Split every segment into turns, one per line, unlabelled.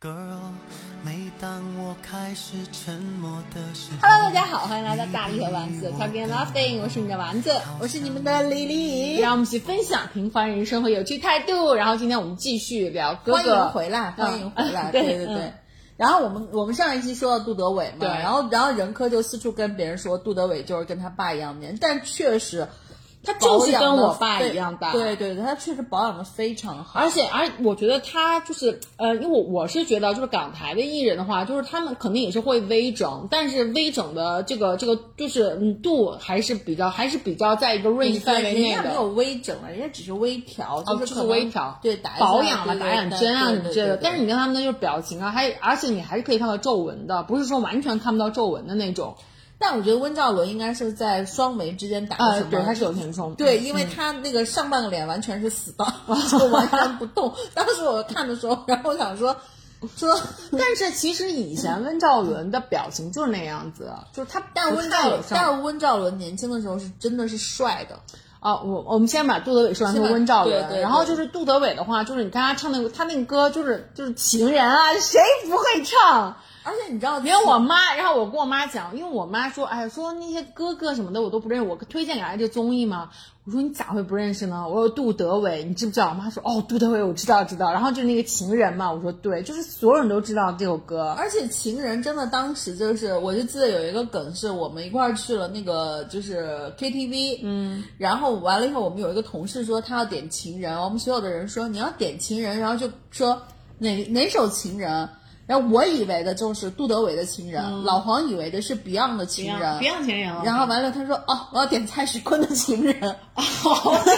Girl，每当我开始沉默的时候
Hello，大家好，欢迎来到大力和丸子 Talking Laughing，我是你的丸子，
我是你们的李丽，
让我们一起分享平凡人生和有趣态度。然后今天我们继续聊哥哥，
欢迎回来，欢迎回 来，
嗯
对
对
对对。
嗯
然后我们我们上一期说到杜德伟嘛，
对
然后然后任科就四处跟别人说杜德伟就是跟他爸一样年，但确实他
就是
保养得
跟我爸
非
一样大
对对对，他确实保养的非常好，
而且，而我觉得他就是，呃，因为我我是觉得，就是港台的艺人的话，就是他们肯定也是会微整，但是微整的这个这个就是嗯度还是比较还是比较在一个 range 范围内
人家没有
的，
微整啊了，人家只是微调，
哦，
是
就
可
是
能
微调，
对打一下
保养啊，
对
打眼
对
针啊
对
什么
对
之类的。
对对
但是你跟他们的就是表情啊，还而且你还是可以看到皱纹的，不是说完全看不到皱纹的那种，
但我觉得温兆伦应该是在双眉之间打的
呃
什，么，
对，他是有填充，
对，因为他那个上半个脸完全是死 的，就完全不动。当时我看的时候， 然后我想说，说，
但是其实以前温兆伦的表情就是那样子，就是他
但
不
温
太
兆
有
伦，
上
但温兆伦年轻的时候是真的是帅的，
啊，我我们先把杜德伟说完，
先
说
把
温兆
对
伦
对，对
然后就是杜德伟的话，就是你看他唱那个他那个歌，就是就是情人啊，谁不会唱？
而且你知道，
连我妈，然后我跟我妈讲，因为我妈说，哎，说那些哥哥什么的我都不认识，我推荐给她这综艺嘛，我说你咋会不认识呢？我说杜德伟，你知不知道？我妈说哦，杜德伟我知道知道，然后就是那个情人嘛，我说对，就是所有人都知道这首歌，
而且情人真的当时就是，我就记得有一个梗是我们一块儿去了那个就是 KTV，嗯，然后完了以后，我们有一个同事说他要点情人，我们所有的人说你要点情人，然后就说哪哪首情人。然后我以为的就是杜德伟的情人，老黄以为的是嗯 Beyond 的情人，
别让情人了，
然后完了，他说：“哦，我要点蔡徐坤的《情人》。”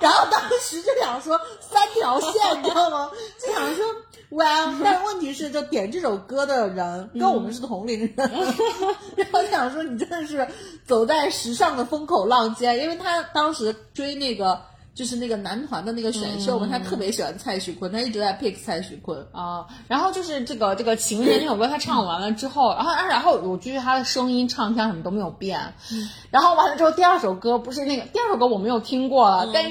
然后当时就想说三条线，你知道吗？就想说，well，但是问题是，就点这首歌的人跟我们是同龄人，然后想说你真的是走在时尚的风口浪尖，因为他当时追那个。就是那个男团的那个选秀嘛，他特别喜欢蔡徐坤，他一直在 pick 蔡徐坤。
啊、然后就是这个这个情人这首歌，他唱完了之后，然后然后我觉得他的声音、唱腔什么都没有变，然后完了之后，第二首歌不是那个第二首歌我没有听过了，但是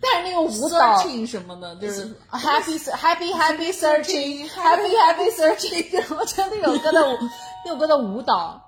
但是那个舞蹈
searching 什么的，就是
，Happy Happy Happy Searching Happy Happy Searching，我 觉得那首歌的舞那首歌的舞蹈。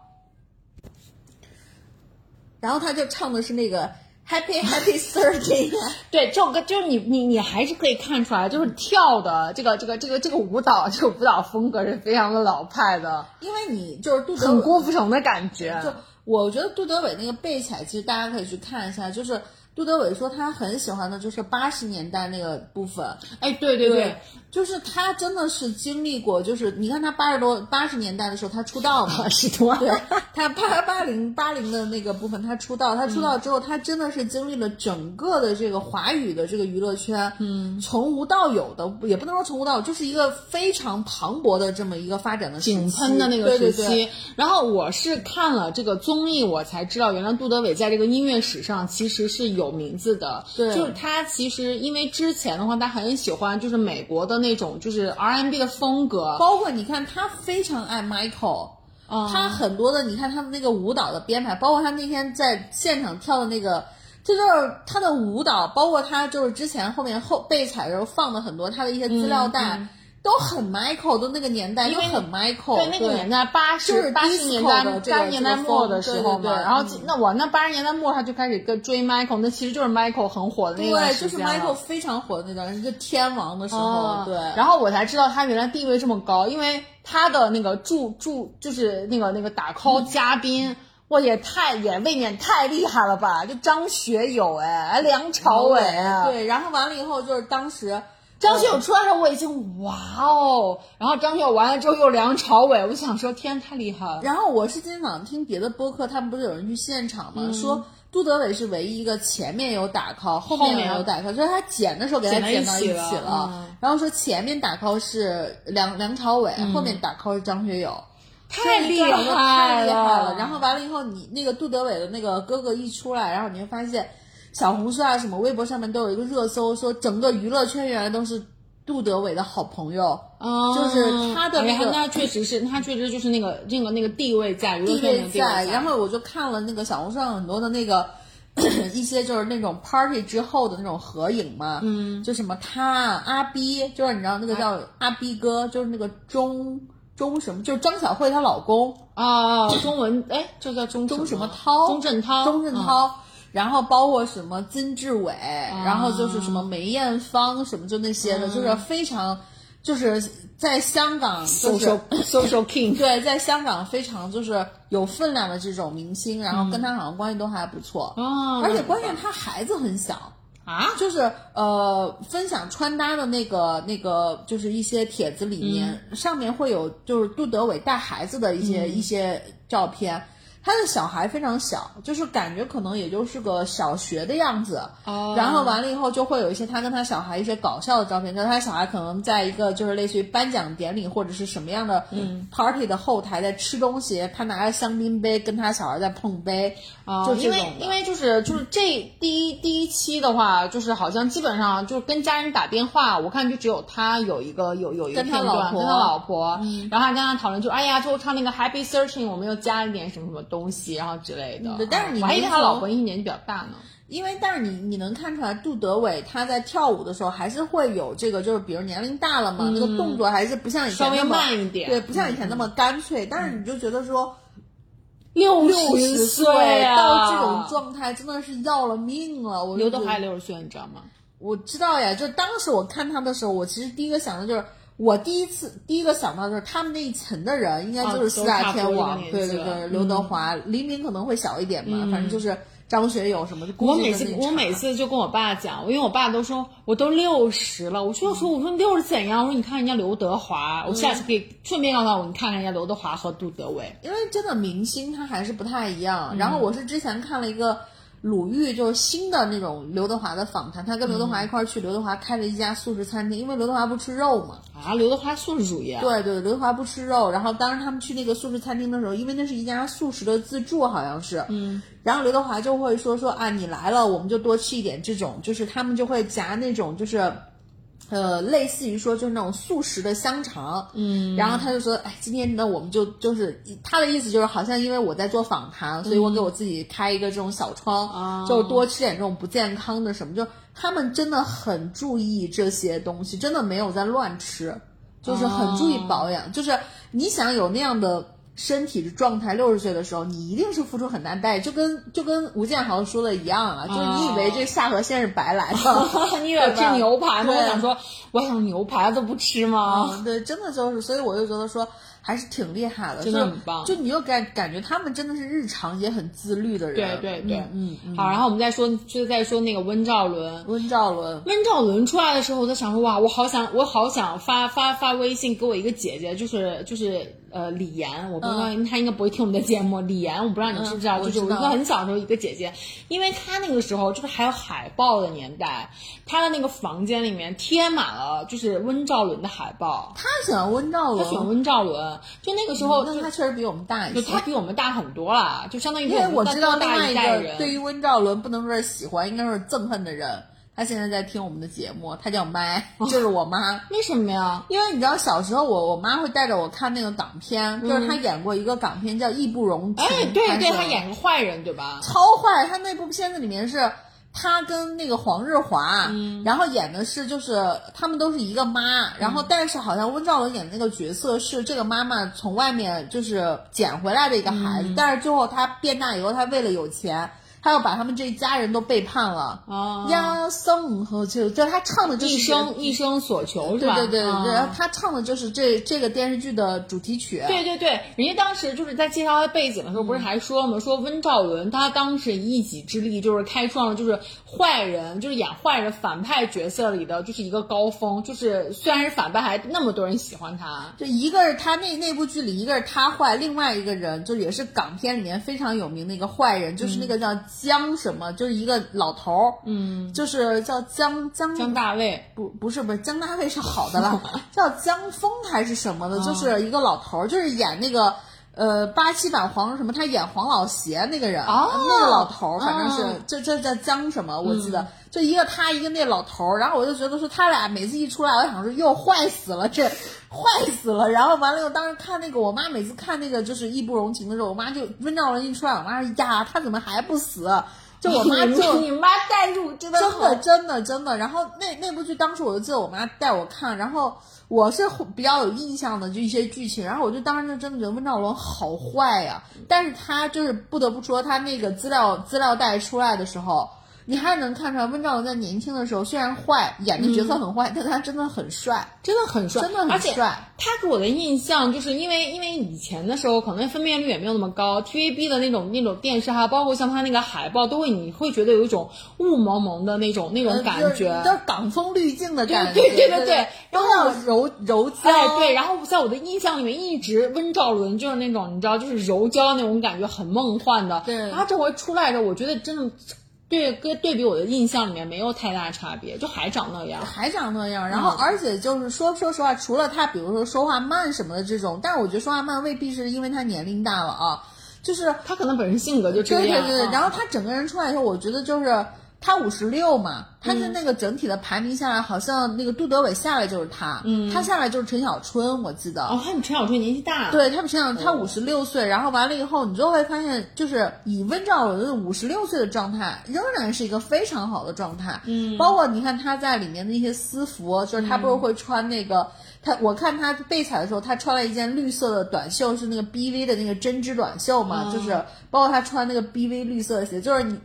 然后他就唱的是那个 Happy Happy Thirty，
对，这首歌就是你你你还是可以看出来，就是跳的这个这个这个这个舞蹈这个舞蹈风格是非常的老派的，
因为你就是杜德
很
伟，
郭富城的感觉。
就我觉得杜德伟那个背采，其实大家可以去看一下，就是杜德伟说他很喜欢的就是八十年代那个部分，
哎，对对对，
就是他真的是经历过，就是你看他八十多八十年代的时候他出道嘛，
是多
对他八八零八零的那个部分，他出道，他出道之后，他真的是经历了整个的这个华语的这个娱乐圈，嗯，从无到有的，也不能说从无到有，就是一个非常磅礴的这么一个发展的时期
井喷的那个时
对
期。
对对
然后我是看了这个综艺，我才知道原来杜德伟在这个音乐史上其实是有名字的。
对
就是他其实因为之前的话，他很喜欢就是美国的那种就是 R&B 的风格。
包括你看他非常爱 Michael。
嗯
他很多的，你看他的那个舞蹈的编排，包括他那天在现场跳的那个，这就是他的舞蹈，包括他就是之前后面后备采的时候放的很多他的一些资料带，都很 Michael，都那个年代
嗯因
就
为
很 Michael，
对那个年代八
就
十
是
八十
disco
年代
的这个
八十年代末的时候嘛，
这个风对嗯对对
然后其那我那八十年代末他就开始跟追 Michael，那其实就是 Michael 很火的那段
对，
时
就是
间了
Michael 非常火的那段，一个天王的时候，
哦，
对，
然后我才知道他原来地位这么高，因为他的那个助助就是那个那个打 call 嘉宾，哇，也太也未免太厉害了吧？就张学友哎，梁朝伟，啊
对，然后完了以后就是当时
张学友出来的时候我已经哇哦，然后张学友完了之后又梁朝伟，我想说天太厉害了。
然后我是今天早上听别的播客，他们不是有人去现场吗？
嗯
说杜德伟是唯一一个前面有打 call，后
后面
面有打 call，就是他剪的时候给他
剪到
剪到
一起
起
了
了。
嗯
然后说前面打 call 是梁梁朝伟，后面打 call 是张学友。
太
所以
厉
这两个
害
太厉害
了
了！然后完了以后，你那个杜德伟的那个哥哥一出来，然后你会发现，小红书啊什么微博上面都有一个热搜，说整个娱乐圈原来都是杜德伟的好朋友。
哦
就是他的那个
哎他确实是他确实就是那个那个那个地位在，娱乐
地
圈的
位
地位在，
然后我就看了那个小红书上很多的那个 一些就是那种 party 之后的那种合影嘛，嗯，就什么他啊阿 B，就是你知道那个叫阿 B 哥，就是那个钟钟什么，就是张小慧她老公
啊，中文哎，这叫钟
钟什
什
么
么
涛，
钟镇涛，
钟镇
嗯，啊
涛。然后包括什么金志伟，然后就是什么梅艳芳，什么就那些的，就是非常，就是在香港就是
social social king，
对，在香港非常就是有分量的这种明星，然后跟他好像关系都还不错，
哦
而且关键他孩子很小。
啊，
就是呃，分享穿搭的那个那个，就是一些帖子里面、
嗯
上面会有就是杜德伟带孩子的一些、一些照片，他的小孩非常小，就是感觉可能也就是个小学的样子。
哦
然后完了以后，就会有一些他跟他小孩一些搞笑的照片，就是他小孩可能在一个就是类似于颁奖典礼或者是什么样的
嗯
party 的后台在吃东西，他拿着香槟杯跟他小孩在碰杯，
啊，
就这
因为
种的
因为就是就是这第一第一期的话，就是好像基本上就是跟家人打电话，我看就只有他有一个有有一个
跟
片
他
段
老婆嗯
跟他老婆，然后还跟他讨论就哎呀，最后唱那个 Happy Searching，我们又加了一点什么什么东西，然后之类的哦
嗯对。但是你
我还以为
能
他
从
老婆因为年纪比较大呢。
因为，但是你你能看出来，杜德伟他在跳舞的时候还是会有这个，就是比如年龄大了嘛，那个动作还是不像以前
嗯稍微
那么
慢一点嗯
对，不像以前那么干脆。但是你就觉得说，
六
六
十
十
啊，
到这种状态真的是要了命了。我
刘
就
德华也六十岁，你知道吗？
我知道呀，就当时我看他的时候，我其实第一个想的就是，我第一次第一个想到就是他们那一层的人，应该就是四大天王，
啊都差不多这个年纪
对对
了
对，
嗯
刘德华、黎明可能会小一点嘛，反正就是张学友什么，就估计
我每
跟
次
那啊
我
差
每次就跟我爸讲，因为我爸都说我都六十了，我就说我说六十怎样？我说你看人家刘德
嗯
华，我下次可以顺便告诉他我，你看看人家刘德华和杜德伟。
因为真的明星他还是不太一样。然后我是之前看了一个鲁豫，就是新的那种刘德华的访谈，他跟刘德华一块儿去，刘德华开了一家素食餐厅，因为刘德华不吃肉嘛。
啊，刘德华素食主义啊，
对对，刘德华不吃肉。然后当时他们去那个素食餐厅的时候，因为那是一家素食的自助，好像是，嗯。然后刘德华就会说说啊，你来了，我们就多吃一点这种，就是他们就会夹那种就是。呃，类似于说就是那种素食的香肠，嗯，然后他就说，哎，今天呢，我们就就是他的意思就是，好像因为我在做访谈，所以我给我自己开一个这种小窗，
啊
就多吃点这种不健康的什么，就他们真的很注意这些东西，真的没有在乱吃，就是很注意保养，就是你想有那样的。身体状态，六十岁的时候，你一定是付出很大代价，就跟就跟吴建豪说的一样啊，就是你以为这夏河鲜是白来 的，
你有吃牛排吗？
对
我想说，我想牛排都不吃吗？
嗯，对，真的就是，所以我就觉得说还是挺厉害的，
真的
就是
很棒
就你又感感觉他们真的是日常也很自律的
对
人，
对对，
嗯嗯。
好，然后我们再说，就再说那个温兆伦。
温兆伦，
温兆伦出来的时候，我在想说，哇，我好想，我好想发发发微信给我一个姐姐，就是就是呃李岩，我不知道、她应该不会听我们的节目。李岩，我不知道你知不知道，
嗯
就是
我
我
知
一
道
个很小的时候一个姐姐，因为她那个时候就是还有海报的年代，她的那个房间里面贴满了就是温兆伦的海报，
他喜欢温兆
她
伦，嗯
喜欢温兆伦，就嗯那个时候
那
就
他确实比我们大一
就
些，
他比我们大很多啦，就相当于比
因为
们
我
大
知道
多
另
大
外一
代
个
人。
对于温兆伦不能说是喜欢，应该说是憎恨的人。他现在在听我们的节目，他叫麦，
哦
就是我妈。
为什么呀？
因为你知道，小时候我我妈会带着我看那个港片，就是她演过一个港片叫《义不容情》，
嗯哎，对
还
对，
是
他演个坏人对吧？
超坏。他那部片子里面是他跟那个黄日华，
嗯
然后演的是就是他们都是一个妈，然后但是好像温兆伦演的那个角色是这个妈妈从外面就是捡回来的一个孩
嗯
子，但是最后他变大以后，他为了有钱，他又把他们这一家人都背叛了。
啊，
呀，送和就就是他唱的就是
一生一生所求是
对
吧？
对对对，然后
啊
他唱的就是这这个电视剧的主题曲。
对对对，人家当时就是在介绍他背景的时候，不是还说嘛，说温兆伦他当时以一己之力就是开创了就是坏人，就是演坏人反派角色里的就是一个高峰，就是虽然是反派，还那么多人喜欢他。
就一个是他那那部剧里，一个是他坏，另外一个人就也是港片里面非常有名的一个坏人，就是那个叫江什么，就是一个老头儿，嗯，就是叫江江
嗯江大卫，
不不是不是江大卫是好的啦，叫江峰还是什么的，就是一个老头儿，就是演那个。呃，八七版黄什么？他演黄老邪那个人，
哦
那个老头儿，反正是、
哦
这这叫江什么？我记得、就一个他，一个那老头儿。然后我就觉得说，他俩每次一出来，我想说又坏死了，这 坏死了。然后完了以后，当时看那个，我妈每次看那个就是义不容情的时候，我妈就温兆伦一出来，我妈说呀，他怎么还不死？就 我妈就
你妈代入真的
真的
好
真的真的。然后那那部剧当时我就记得我妈带我看，然后我是比较有印象的就一些剧情，然后我就当时就真的觉得温兆伦好坏呀、
嗯
但是他就是不得不说，他那个资料资料袋出来的时候。你还是能看出来，温兆伦在年轻的时候虽然坏，演的角色很坏，但他真的很帅，
嗯真的很帅，
真的很
而且
帅
他给我的印象就是因为因为以前的时候可能分辨率也没有那么高，TVB 的那种那种电视哈，包括像他那个海报，都会你会觉得有一种雾蒙蒙的那种那种感觉。
呃就是就是港风滤镜的感觉，
对对对对
对
对
然后柔柔焦，
哎，对，然后在我的印象里面，一直温兆伦就是那种你知道，就是柔焦那种感觉，很梦幻的。
对
他这回出来的，我觉得真的对跟对比我的印象里面没有太大差别，就还长那样。
还长那样，然后
嗯
而且就是说，说实话，除了他比如说说话慢什么的这种，但是我觉得说话慢未必是因为他年龄大了啊，就是
他可能本身性格就这
对对
样。
对，对
嗯
然后他整个人出来以后，我觉得就是他五十六嘛，
嗯
他是那个整体的排名下来，好像那个杜德伟下来就是他，
嗯
他下来就是陈小春，我记得，
哦，他比陈小春年纪大。哦
对他们想想，他五十六岁，然后完了以后，你就会发现，就是以温兆伦五十六岁的状态，仍然是一个非常好的状态。
嗯
包括你看他在里面的一些私服，就是他不是会穿那个，他我看他被采的时候，他穿了一件绿色的短袖，是那个 BV 的那个针织短袖嘛，
嗯
就是包括他穿那个 BV 绿色的鞋，就是你。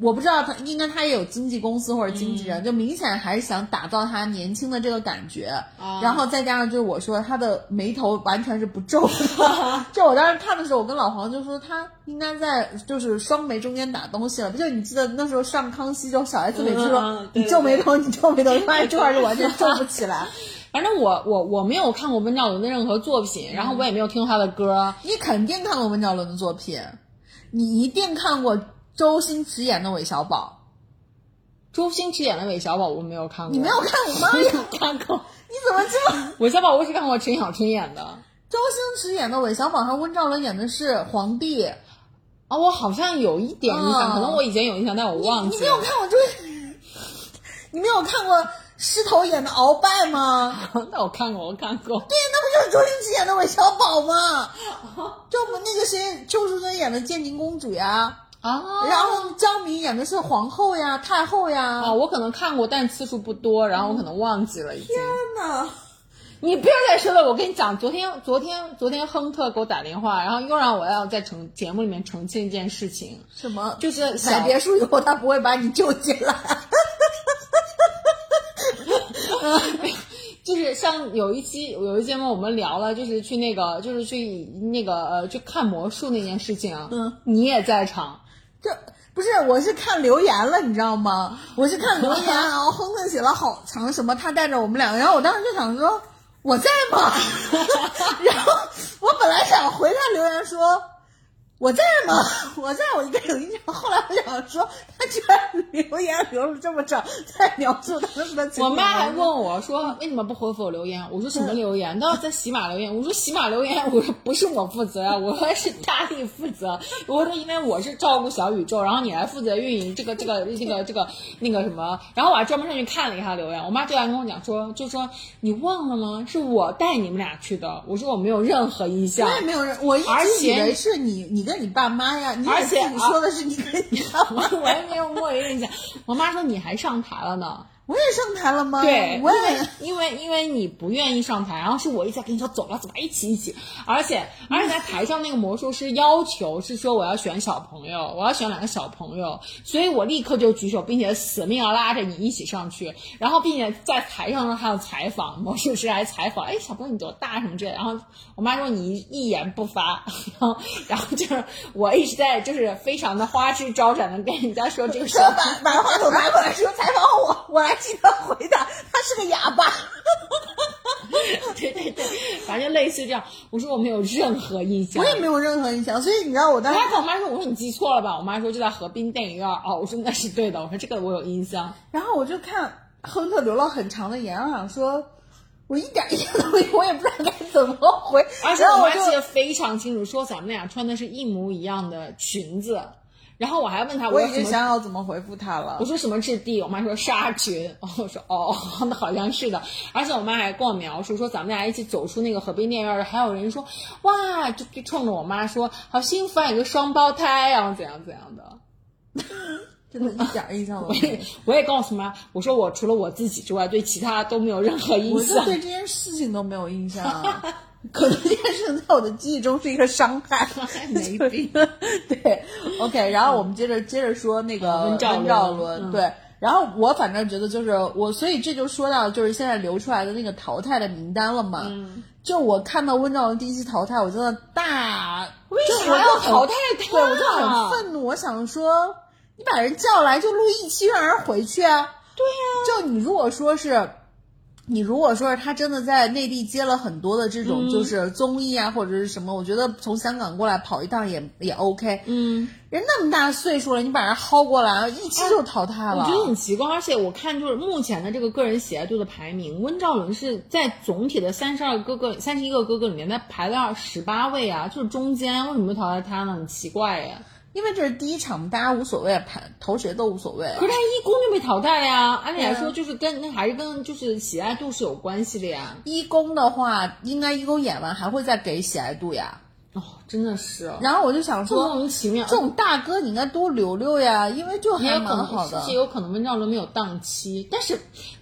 我不知道他应该他也有经纪公司或者经纪人，
嗯
就明显还是想打造他年轻的这个感觉。
啊
然后再加上就是我说他的眉头完全是不皱 的，就我当时看的时候，我跟老黄就说他应该在就是双眉中间打东西了。就你记得那时候上康熙之后，小 S 每次说、
嗯嗯对
你皱眉头，你皱眉头，发现这块就 完全皱不起来。
反正我我我没有看过温兆伦的任何作品，然后我也没有听过他的歌。
你肯定看过温兆伦的作品，你一定看过周星驰演的韦小宝。
周星驰演的韦小宝 我没有看过，
你没有看过吗？你
看过
怎么这么？
韦小宝，我只看过陈小春演的。
周星驰演的韦小宝和温兆伦演的是皇帝，
啊，我好像有一点印象，
哦
可能我以前有印象，但我忘
你
记
没有
了。
看过周星，你没有看过狮头演的鳌拜 吗？
那我看过，我看过。
对，那不就是周星驰演的韦小宝 吗？就我们那个谁，邱淑贞演的建宁公主呀，
啊
然后张敏演的是皇后呀、太后呀。
啊，我可能看过，但次数不多，然后我可能忘记了已经。
天哪！
你不要再说了，我跟你讲，昨天昨天昨天亨特给我打电话，然后又让我要在澄节目里面澄清一件事情，
什么？
就是小
买别墅以后，他不会把你救进来。
就是像有一期有一节目我们聊了，就是去那个就是去那个呃去看魔术那件事情，啊
嗯，
你也在场，
这不是，我是看留言了，你知道吗？我是 看留言，然后亨特写了好长什么，他带着我们两个，然后我当时就想说我在吗？ 然后我本来想回他留言说我在吗？ 我在我应该有印象。后来我想说，他居然留言留了这么长，在描述当时的情
我
况。
妈还问我说：“为什么不回复我留言？”我说：“什么留言？都要在喜马留言。”我说：“喜马留言，我 说不是我负责啊，我说是大力负责。我说因为我是照顾小宇宙，然后你来负责运营这个这个这个这个那个什么。然后我还专门上去看了一下留言，我妈就来跟我讲说，就说你忘了吗？是我带你们俩去的。我说我没有任何印象
我。也没有人，我一
而
直以
且
为是你，你跟你爸妈呀，你
而且
你说的是你跟你爸妈，
我也没有没有印象，我妈说你还上台了呢，
我也上台了吗？
对，
我也
因为因为因为你不愿意上台，然后是我一直在跟你说走吧走吧，一起一起，而且
嗯
而且在台上那个魔术师要求是说我要选小朋友，我要选两个小朋友，所以我立刻就举手，并且死命要拉着你一起上去，然后并且在台上呢还有采访， 魔术师还采访，哎小朋友你多大什么之类的，然后我妈说你一言不发， 然后然后就是 我一直在就是非常的花枝招展的跟人家说这个小
说
朋友
把把话筒拿过来说采访我，我来替他回答，他是个哑巴。
对对对，反正类似这样。我说我没有任何印象。
我也没有任何印象，所以你知道我当
我
时
还跟我妈说，我说你记错了吧？我妈说就在河滨电影院。哦，我说那是对的。我说这个我有印象。
然后我就看亨特留了很长的言，我想说，我一点印象都没有，我也不知道该怎么回。
而且
然后
我
我
妈
就
记得非常清楚，说咱们俩穿的是一模一样的裙子。然后我还问她，
我
有
已
什
经
么？
想好怎么回复他了
我。说什么质地？我妈说纱裙。我说哦， 那好像是的。而且我妈还跟我描述说，咱们俩一起走出那个河滨电影院，还有人说哇，就就冲着我妈说好幸福啊，有个双胞胎，然后怎样怎样的。
真的一点儿印象都
我
没有
也。我也告诉妈，我说我除了我自己之外，对其他都没有任何印
我就
象。
对这件事情都没有印象，啊可能这件事情在我的记忆中是一个伤 害
Maybe
对，OK，然后我们接着接着说那个
嗯温兆伦嗯
伦，对。然后我反正觉得就是我，所以这就说到就是现在流出来的那个淘汰的名单了
嗯
嘛。就我看到温兆伦第一期淘汰，我真的大，为
啥要淘汰他啊
对，我就很愤怒，我想说，你把人叫来就录一期，让人回去啊。对呀、就你如果说是你如果说是他真的在内地接了很多的这
嗯
种就是综艺啊、或者是什么，我觉得从香港过来跑一趟也也 OK。
嗯，
人那么大岁数了，你把人薅过来，一期就淘汰
哎我
了。
觉得很奇怪，而且我看就是目前的这个个人喜爱度的排名，温兆伦是在总体的三十二哥哥、三十一个哥哥里面，他排到十八位啊，就是中间，为什么会淘汰他呢？很奇怪耶。
因为这是第一场，大家无所谓，盘投谁都无所谓。
可是他一公就被淘汰呀，按理来
对
说
啊
就是跟那还是跟就是喜爱度是有关系的呀。
一公的话，应该一公演完还会再给喜爱度呀。
哦，真的是，
然后我就想
这莫
说，
名其妙
这。种大哥你应该多留留呀，因为 就
也
还
有可
蛮
能
好的
是。有可能温兆伦没有档期，但是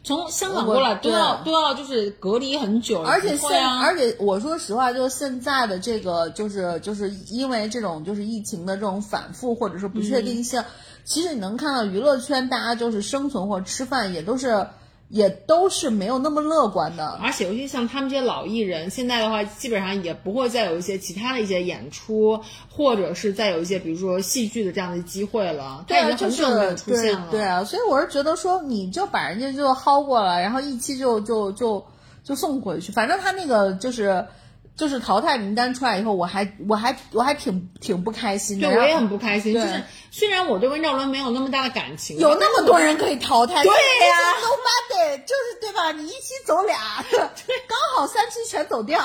从香港
我
过来都
对
要
啊
都要就是隔离很久了，
而且
不
现
会，啊、
而且我说实话，就是现在的这个，就是就是因为这种就是疫情的这种反复或者说不确定性，其实你能看到娱乐圈大家就是生存或吃饭也都是也都是没有那么乐观的。
而且尤其像他们这些老艺人，现在的话基本上也不会再有一些其他的一些演出，或者是再有一些比如说戏剧的这样的机会了。
对啊，
他已经
就
很
是
久没有出现
对
了。
对啊，所以我是觉得说，你就把人家就薅过来，然后一期就就就就送回去。反正他那个就是就是淘汰名单出来以后，我还我还我还挺挺不开心的。
对
然
我
后
也很不开心。就
对
是虽然我对温兆伦没有那么大的感情，
有那么多人可以淘汰，
对呀
，nobody 就是对吧？你一期走 俩，刚好三期全走掉，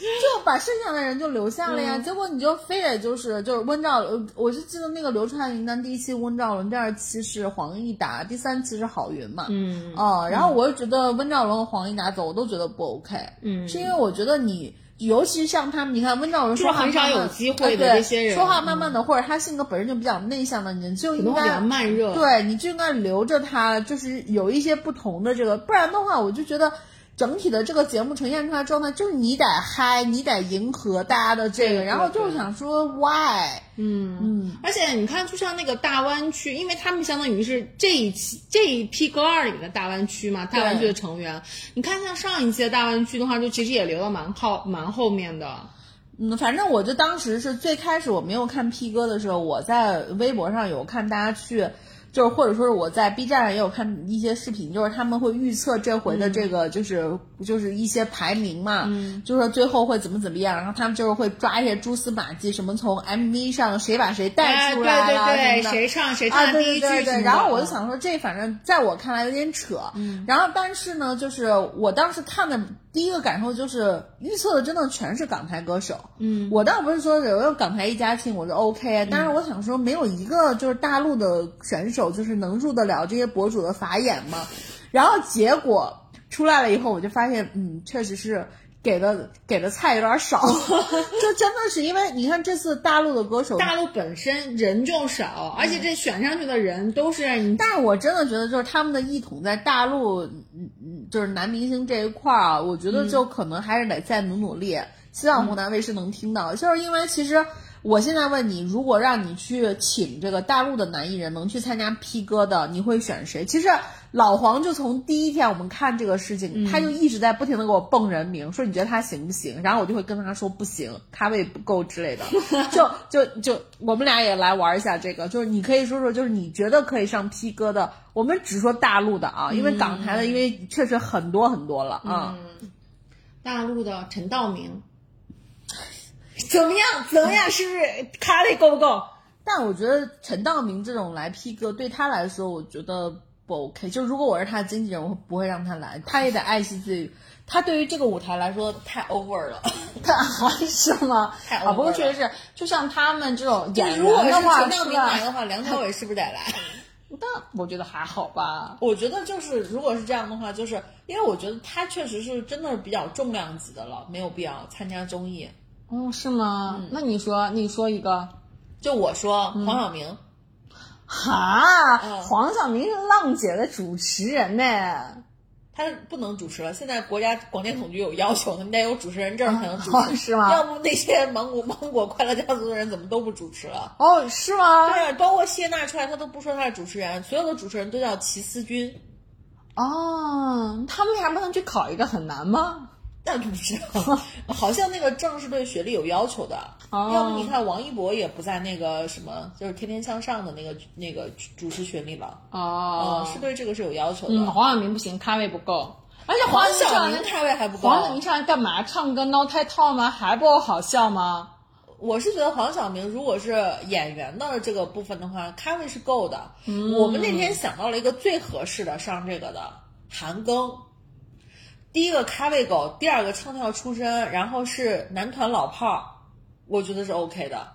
就把剩下的人就留下了呀。
嗯
结果你就非得就是就是温兆，呃我就记得那个流传名单，第一期温兆伦，第二期是黄义达，第三期是郝云嘛，
嗯
哦，然后我就觉得温兆伦和黄义达走，我都觉得不 OK，
嗯
是因为我觉得你。尤其像他们，你看温兆伦
就是
说话
很少
慢慢
有机会的
哎对
这些人
说话慢慢的，或者他性格本身就比较内向的人，就
可
应
能会比
该
较慢热。
对，你就应该留着它，就是有一些不同的这个，不然的话，我就觉得整体的这个节目呈现出来的状态，就是你得嗨，你得迎合大家的这
对
个，
对
然后就是
对
想说 why，
嗯。
嗯，
而且你看，就像那个大湾区，因为他们相当于是这一期这一批高二里面的大湾区嘛，大湾区的成员。你看，像上一期的大湾区的话，就其实也留到蛮靠蛮后面的。
嗯，反正我就当时是最开始我没有看 P 哥的时候，我在微博上有看大家去，就是或者说是我在 B 站上也有看一些视频，就是他们会预测这回的
嗯
这个就是、就是一些排名嘛，就说最后会怎么怎么样，然后他们就是会抓一些蛛丝马迹，什么从 MV 上谁把谁带
哎，
出
对
来了、
对对，
什么的
谁唱谁
啊，
唱
对
第
对
一句
对
什么的嗯
对，然后我就，想说，这反正在我看来有点扯。然后但是呢，就是我当时看的第一个感受就是，预测的真的全是港台歌手。
嗯，
我倒不是说有有港台一家亲我就 OK，但是啊我想说，没有一个就是大陆的选手就是能入得了这些博主的法眼嘛。然后结果出来了以后，我就发现，嗯，确实是给的给的菜有点少， 就真的是因为你看这次大陆的歌手
大陆本身人就少，而且
嗯
这选上去的人都是让你
但是我真的觉得，就是他们的异统在大陆，嗯嗯，就是男明星这一块儿啊，我觉得就可能还是得再努努力。希望湖南卫视能听到，就是因为其实我现在问你，如果让你去请这个大陆的男艺人能去参加 P 哥的，你会选谁？其实老黄就从第一天我们看这个事情，他就一直在不停的给我蹦人名，说你觉得他行不行？然后我就会跟他说不行，咖位不够之类的。就就就我们俩也来玩一下这个，就是你可以说说，就是你觉得可以上 P 哥的，我们只说大陆的啊，因为港台的，因为确实很多很多了啊。
大陆的陈道明，
怎么样？怎么样？
是不是咖位够不够？
但我觉得陈道明这种来 P 哥，对他来说，我觉得不 OK。就如果我是他的经纪人，我会不会让他来，他也得爱惜自己。他对于这个舞台来说太 over 了，
他还是吗？
太 over
啊，不过
了
确实是，就像他们这种演
如果
员
是
的话，
陈道
是
明
吧
来的话，梁朝伟是不是得来？
但我觉得还好吧。
我觉得就是，如果是这样的话，就是因为我觉得他确实是真的是比较重量级的了，没有必要参加综艺。嗯
哦，是吗？那你说，你说一个
就我说，黄晓明，
哈，
嗯
黄晓明是浪姐的主持人呢。
嗯他是不能主持了。现在国家广电总局有要求，他们得有主持人证才能主
哦
啊
持，
是吗
要不那些芒果芒果快乐家族的人怎么都不主持了？
哦，是吗？
对，包括谢娜出来，他都不说他是主持人，所有的主持人都叫齐思钧。
哦，他们为啥不能去考一个很难吗？
那 不知道，好像那个证是对学历有要求的，
哦
要不你看王一博也不在那个什么，就是《天天向上》的那个那个主持学历了，
哦
嗯，是对这个是有要求的。
嗯，黄晓明不行，咖位不够，而且黄
黄
晓
晓
明上
明
来
咖位还不够，
黄晓明上来干嘛？唱歌闹太套吗？还不够好笑吗？
我是觉得黄晓明如果是演员的这个部分的话，咖位是够的。我们那天想到了一个最合适的上这个的韩庚，第一个咖位够，第二个唱跳出身，然后是男团老炮儿，我觉得是 OK 的。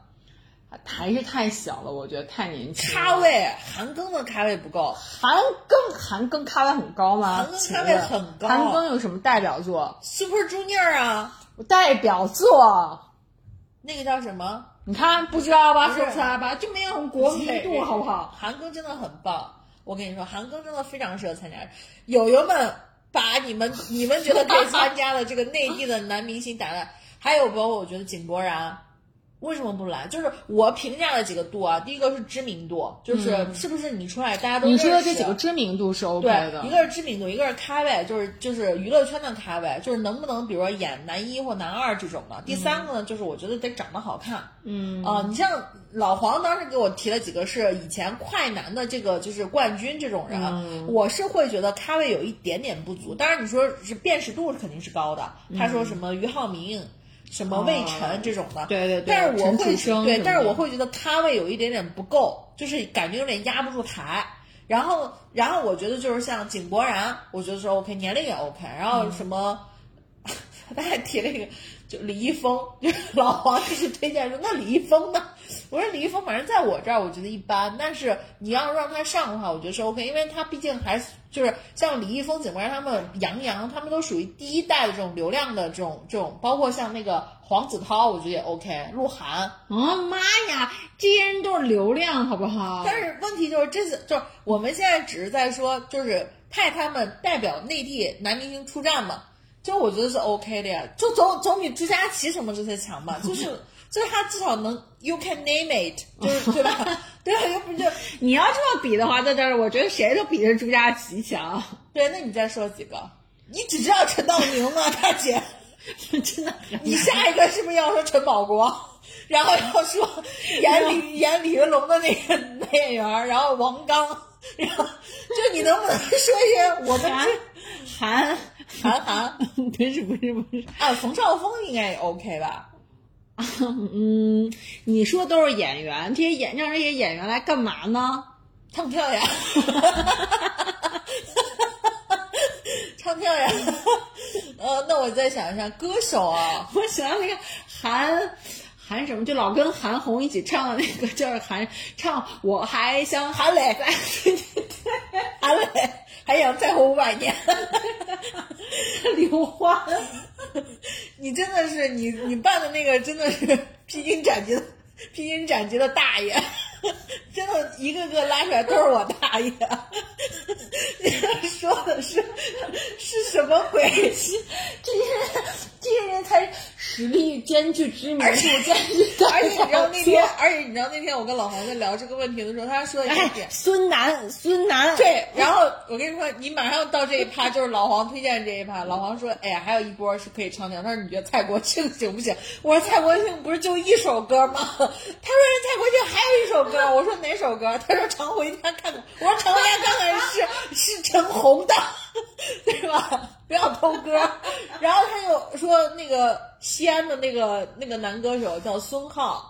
还啊是太小了，我觉得太年轻了。
咖位，韩庚的咖位不够，
韩庚，韩庚咖位很高吗？
韩庚咖位很高
韩庚有什么代表作？
Super Junior 啊，
代表作，
那个叫什么？
你看不知道吧？
不是
说不出来吧？就没有国民度，好不好？
韩庚真的很棒，我跟你说，韩庚真的非常适合参加。友友们，把你们你们觉得可以参加的这个内地的男明星打的，还有包括我觉得井柏然。为什么不来？就是我评价了几个度啊，第一个是知名度，就是是不是你出来大家都
嗯你说的
认
这
识
几个知名度是 OK
对，一
的。
个是知名度，一个是咖位，就是就是娱乐圈的咖位，就是能不能比如说演男一或男二这种的。第三个呢，就是我觉得得长得好看。
嗯
啊、你像老黄当时给我提了几个是以前快男的这个就是冠军这种人，啊
嗯
我是会觉得咖位有一点点不足。当然你说是辨识度肯定是高的，
嗯
他说什么俞灏明。什么魏晨这种的，
哦对对对
但是我
陈
会
楚生
对
什，么
但是我
的
会觉得咖位有一点点不够，就是感觉有点压不住台。然后，然后我觉得就是像井柏然，我觉得是 OK，年龄也 OK。然
嗯
后什么， 他还提了一个，就李易峰，就是老黄一直推荐说，那李易峰呢？ 我说李易峰，反正在我这儿我觉得一般，但是你要让他上的话，我觉得是 OK，因为他毕竟还是就是像李易峰、井柏然他们、杨洋他们都属于第一代的这种流量的这种这种，包括像那个黄子韬，我觉得也 OK，鹿晗。
啊妈呀，这些人都是流量，好不好？
但是问题就是，这次就是我们现在只是在说，就是派他们代表内地男明星出战嘛，就我觉得是 OK 的呀，就总总比朱佳琪什么这些强吧，就是 就是他至少能 you can name it，就是对吧？ 对吧？又不就
你要这么比的话，在这儿我觉得谁都比着朱佳琪强，
对？那你再说几个？你只知道陈道明吗，大姐？
真的很
你下一个是不是要说陈宝国？然后要说演李演李云龙的那个男演员，然后王刚，然后就你能不能说一些我们
韩
这
韩，
韩寒，
不是不是不是，
啊，冯绍峰应该也 OK 吧？
嗯，你说都是演员，这些演让这些演员来干嘛呢？
唱跳呀， 唱跳呀。 呃，那我再想一下，歌手啊，
我想到那个韩韩什么，就老跟韩红一起唱的那个，就是韩唱我还想
韩磊，韩磊还想再活五百年。
刘 欢，
你真的是你你办的那个真的是披荆斩棘的披荆斩棘的大爷， 真的一个个拉出来都是我大爷。你说的是是什么鬼？
这些人这些人才实力兼具知名度
而且
兼具代
而且你知道
表 作
那天，而且你知道那天我跟老黄在聊这个问题的时候，他说的一
哎
点，。
孙楠，孙楠，
对，然后我跟你说，你马上到这一趴就是老黄推荐这一趴。老黄说：“哎呀，还有一波是可以唱跳。”他说：“你觉得蔡国庆行不行？”我说：“蔡国庆不是就一首歌吗？”他说：“人蔡国庆还有一首歌。”我说：“哪首歌？”他说：“常回家看看。”我说：“常回家看看是是陈红的，对吧？不要偷歌。”然后他就说那个西安的那个那个男歌手叫孙浩。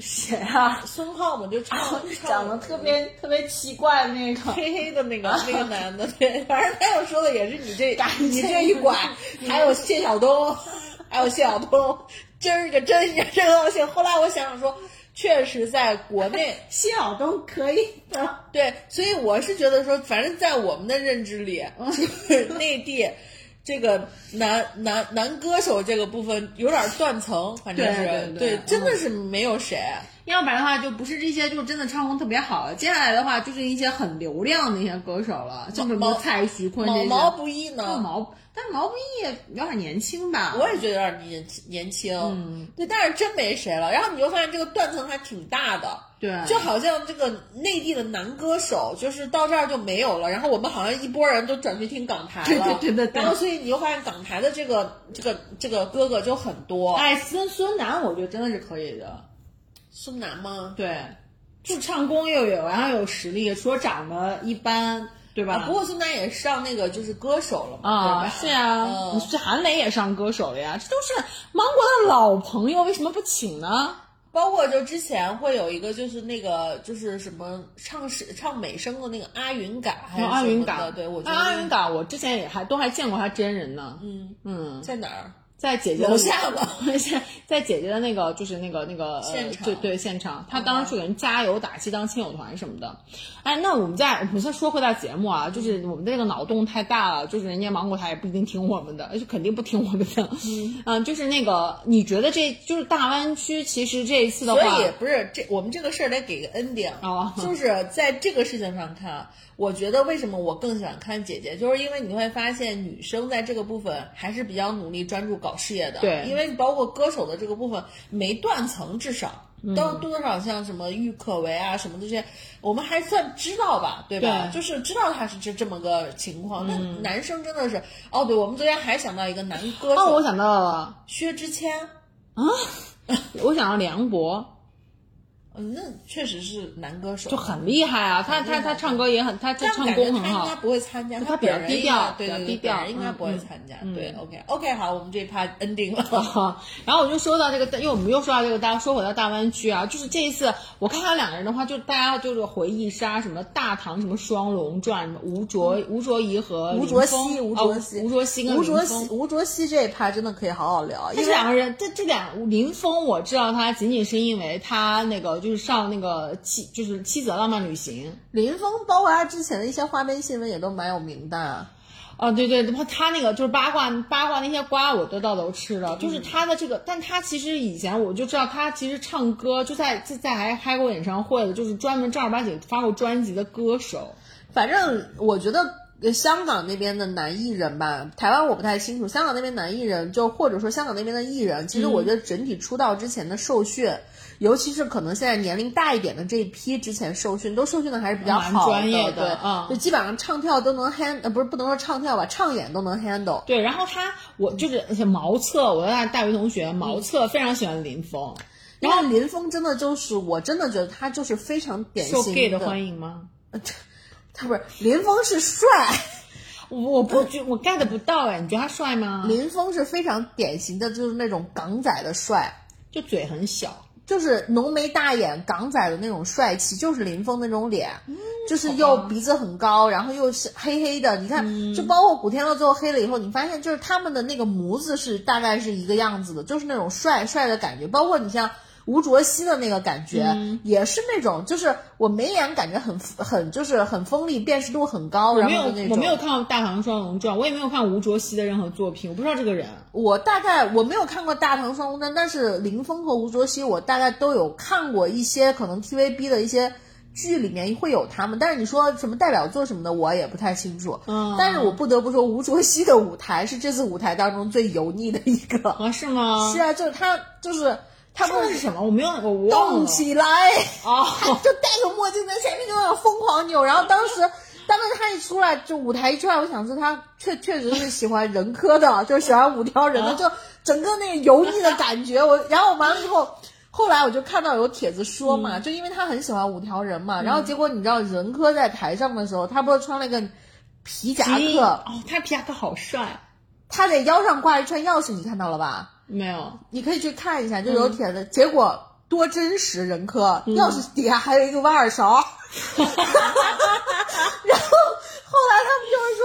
谁啊？
孙浩嘛，就唱
长得特别特别奇怪的那 个，
黑黑的那个那个男的，对，反正他要说的也是 你这你这一拐，还有谢晓东，还有谢晓东，真是个真是个真高兴。后来我想想说，确实在国 内
谢晓东可以的，
对，所以我是觉得说，反正在我们的认知里，就是内地这个男男男歌手这个部分有点断层，反正是
对对嗯对
真的是没有谁。
要不然的话，就不是这些，就是真的唱功特别好了。接下来的话，就是一些很流量的一些歌手了，像什
毛
么蔡徐坤这
毛
些。
毛不易
就
呢，
毛，但是毛不易也有点年轻吧？
我也觉得有点年轻年轻，嗯，对，但是真没谁了。然后你就发现这个断层还挺大的，
对，
就好像这个内地的男歌手，就是到这儿就没有了，然后我们好像一波人都转去听港台了，
对对对对对
然后所以你就发现港台的这个这个这个哥哥就很多，
哎，孙孙楠，我觉得真的是可以的，
孙楠吗？
对，就唱功又有，然后有实力，除了长得一般，对吧？
啊，不过孙楠也上那个就是歌手了嘛，对
啊，
吧
是啊，
嗯
你是韩磊也上歌手了呀，这都是芒果的老朋友，为什么不请呢？
包括就之前会有一个就是那个就是什么唱是唱美声的那个阿云嘎还是
哦阿
什
云
么
嘎
的，，对我觉
啊
得
阿云嘎，我之前也还都还见过他真人呢，
嗯
嗯，
在哪儿？
在姐姐的
楼下吧，
在 在姐姐的那个就是那个那个
现场
呃、
嗯
对对现场，她当时去给人加油打气，当亲友团什么的。哎，那我们再我们再说回到节目啊，就是我们这个脑洞太大了，就是人家芒果台也不一定听我们的，就肯定不听我们的。嗯、就是那个你觉得这就是大湾区，其实这一次的
所
话，
以不是这我们这个事儿得给个 ending，、
哦
就是在这个事情上看，啊我觉得为什么我更喜欢看姐姐，就是因为你会发现女生在这个部分还是比较努力专注搞事业的，
对
因为包括歌手的这个部分没断层，至少。
嗯
都多多少像什么郁可唯啊什么这些，我们还算知道吧，对吧？
对嗯
就是知道他是这这么个情况。那、男生真的是，哦，对，我们昨天还想到一个男歌
哦，
手、
我想到了，
薛之谦，
我想到梁博。
嗯，那确实是男歌手，
就很厉害啊，他他他唱歌也很，他这
但
唱
感觉
功很
他
好
应该。不会参加，
他
他
比较
本人
低
应该
调
对
比较
对对，
低调
本人应该
嗯
不会
嗯
参加。
嗯
对，OK OK，好，我们这一趴 ending 了。
哈，然后我就说到这个，因为我们又说到这个，大家说回到大湾区啊，就是这一次我看他两个人的话，就大家就是回忆杀什么大唐什么双龙传，什么吴卓吴卓仪和
嗯吴
林
卓
峰
羲，吴
啊
卓羲，
吴卓羲跟
吴
林
卓羲，
峰。
吴卓羲这一趴真的可以好好聊，
但
因
是
为
两个人，这这两林峰，我知道他仅仅是因为他那个就是上那个妻就是妻子的浪漫旅行，
林峰包括他之前的一些花边新闻也都蛮有名的。
哦，对对，他他那个就是八卦八卦那些瓜，我都到头吃了。就是他的这个，但他其实以前我就知道，他其实唱歌就在就在还开过演唱会的，就是专门正儿八经发过专辑的歌手。
反正我觉得呃香港那边的男艺人吧，台湾我不太清楚。香港那边男艺人，就或者说香港那边的艺人，其实我
嗯
觉得整体出道之前的受训，尤其是可能现在年龄大一点的这一批，之前受训都受训的还是比较
啊蛮
好
专业的
对，
嗯
就基本上唱跳都能 hand，呃，不是不能说唱跳吧，唱演都能 handle。
对，然后他我就是茅厕，我的大大学同学茅厕非常喜欢林峰，
然后林峰真的就是，我真的觉得他就是非常典
受
型
gay 的欢迎吗？
他不是林峰是帅。
我我不觉我 get 不到哎，你觉得他帅吗？
林峰是非常典型的，就是那种港仔的帅，
就嘴很小，
就是浓眉大眼、港仔的那种帅气，就是林峰那种脸，
嗯
就是又鼻子很高，然后又是黑黑的。你看，
嗯
就包括古天乐最后黑了以后，你发现就是他们的那个模子是大概是一个样子的，就是那种帅帅的感觉。包括你像吴卓羲的那个感觉，
嗯
也是那种，就是我眉眼感觉很很就是很锋利，辨识度很高，
我
然
没
后
有
就那种
我没有看过《大唐双龙传》，我也没有看吴卓羲的任何作品，我不知道这个人。
我大概我没有看过《大唐双龙传》，但是林峰和吴卓羲，我大概都有看过一些可能 TVB 的一些剧里面会有他们，但是你说什么代表作什么的，我也不太清楚。
嗯
但是我不得不说，吴卓羲的舞台是这次舞台当中最油腻的一个。
啊，是吗？
是啊，就是他，就是他
唱的
们
是什么？我没有，我忘
动
了。
起来。
哦，
就戴个墨镜在前面就那样疯狂扭，然后当时。当时他一出来，就舞台一出来，我想说他确确实是喜欢人科的，就是喜欢五条人的，就整个那个油腻的感觉。我然后完了之后，后来我就看到有帖子说嘛，就因为他很喜欢五条人嘛，然后结果你知道人科在台上的时候，他不是穿了一个皮夹
皮
克，
哦，他皮夹克好帅。啊
他在腰上挂一串钥匙，你看到了吧？
没有，
你可以去看一下，就有
嗯
帖子，结果多真实，人科钥匙底下还有一个挖耳勺， 然后后来他们就是说。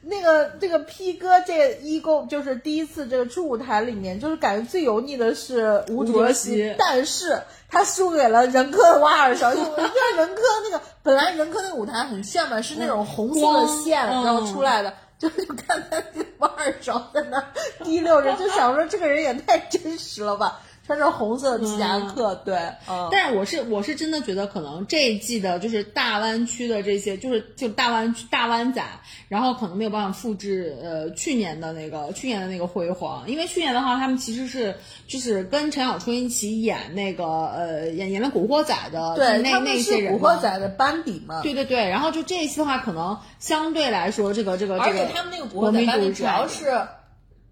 那个这个 P 哥这一共就是第一次这个初舞台里面，就是感觉最油腻的是吴
吴
卓
卓
羲
羲，
但是他输给了任科的挖耳 勺，因为我知道任科那个本来任科那个舞台很炫嘛，是那种红色的
光
线然后
嗯
出来的，就是看他王二勺在那儿提溜着，就想说这个人也太真实了吧，穿着红色的皮夹克，对，嗯，
但是我是我是真的觉得，可能这一季的就是大湾区的这些，就是就大湾区大湾仔，然后可能没有办法复制呃去年的那个去年的那个辉煌，因为去年的话，他们其实是就是跟陈小春一起演那个呃演演了《古惑仔》的，
对，
哦那
他
那
们是
些人
古
嘛，
惑仔的班底嘛，
对对对，然后就这一期的话，可能相对来说，这个这个这
而
个，
且他们那个国仔班里主要
是。
是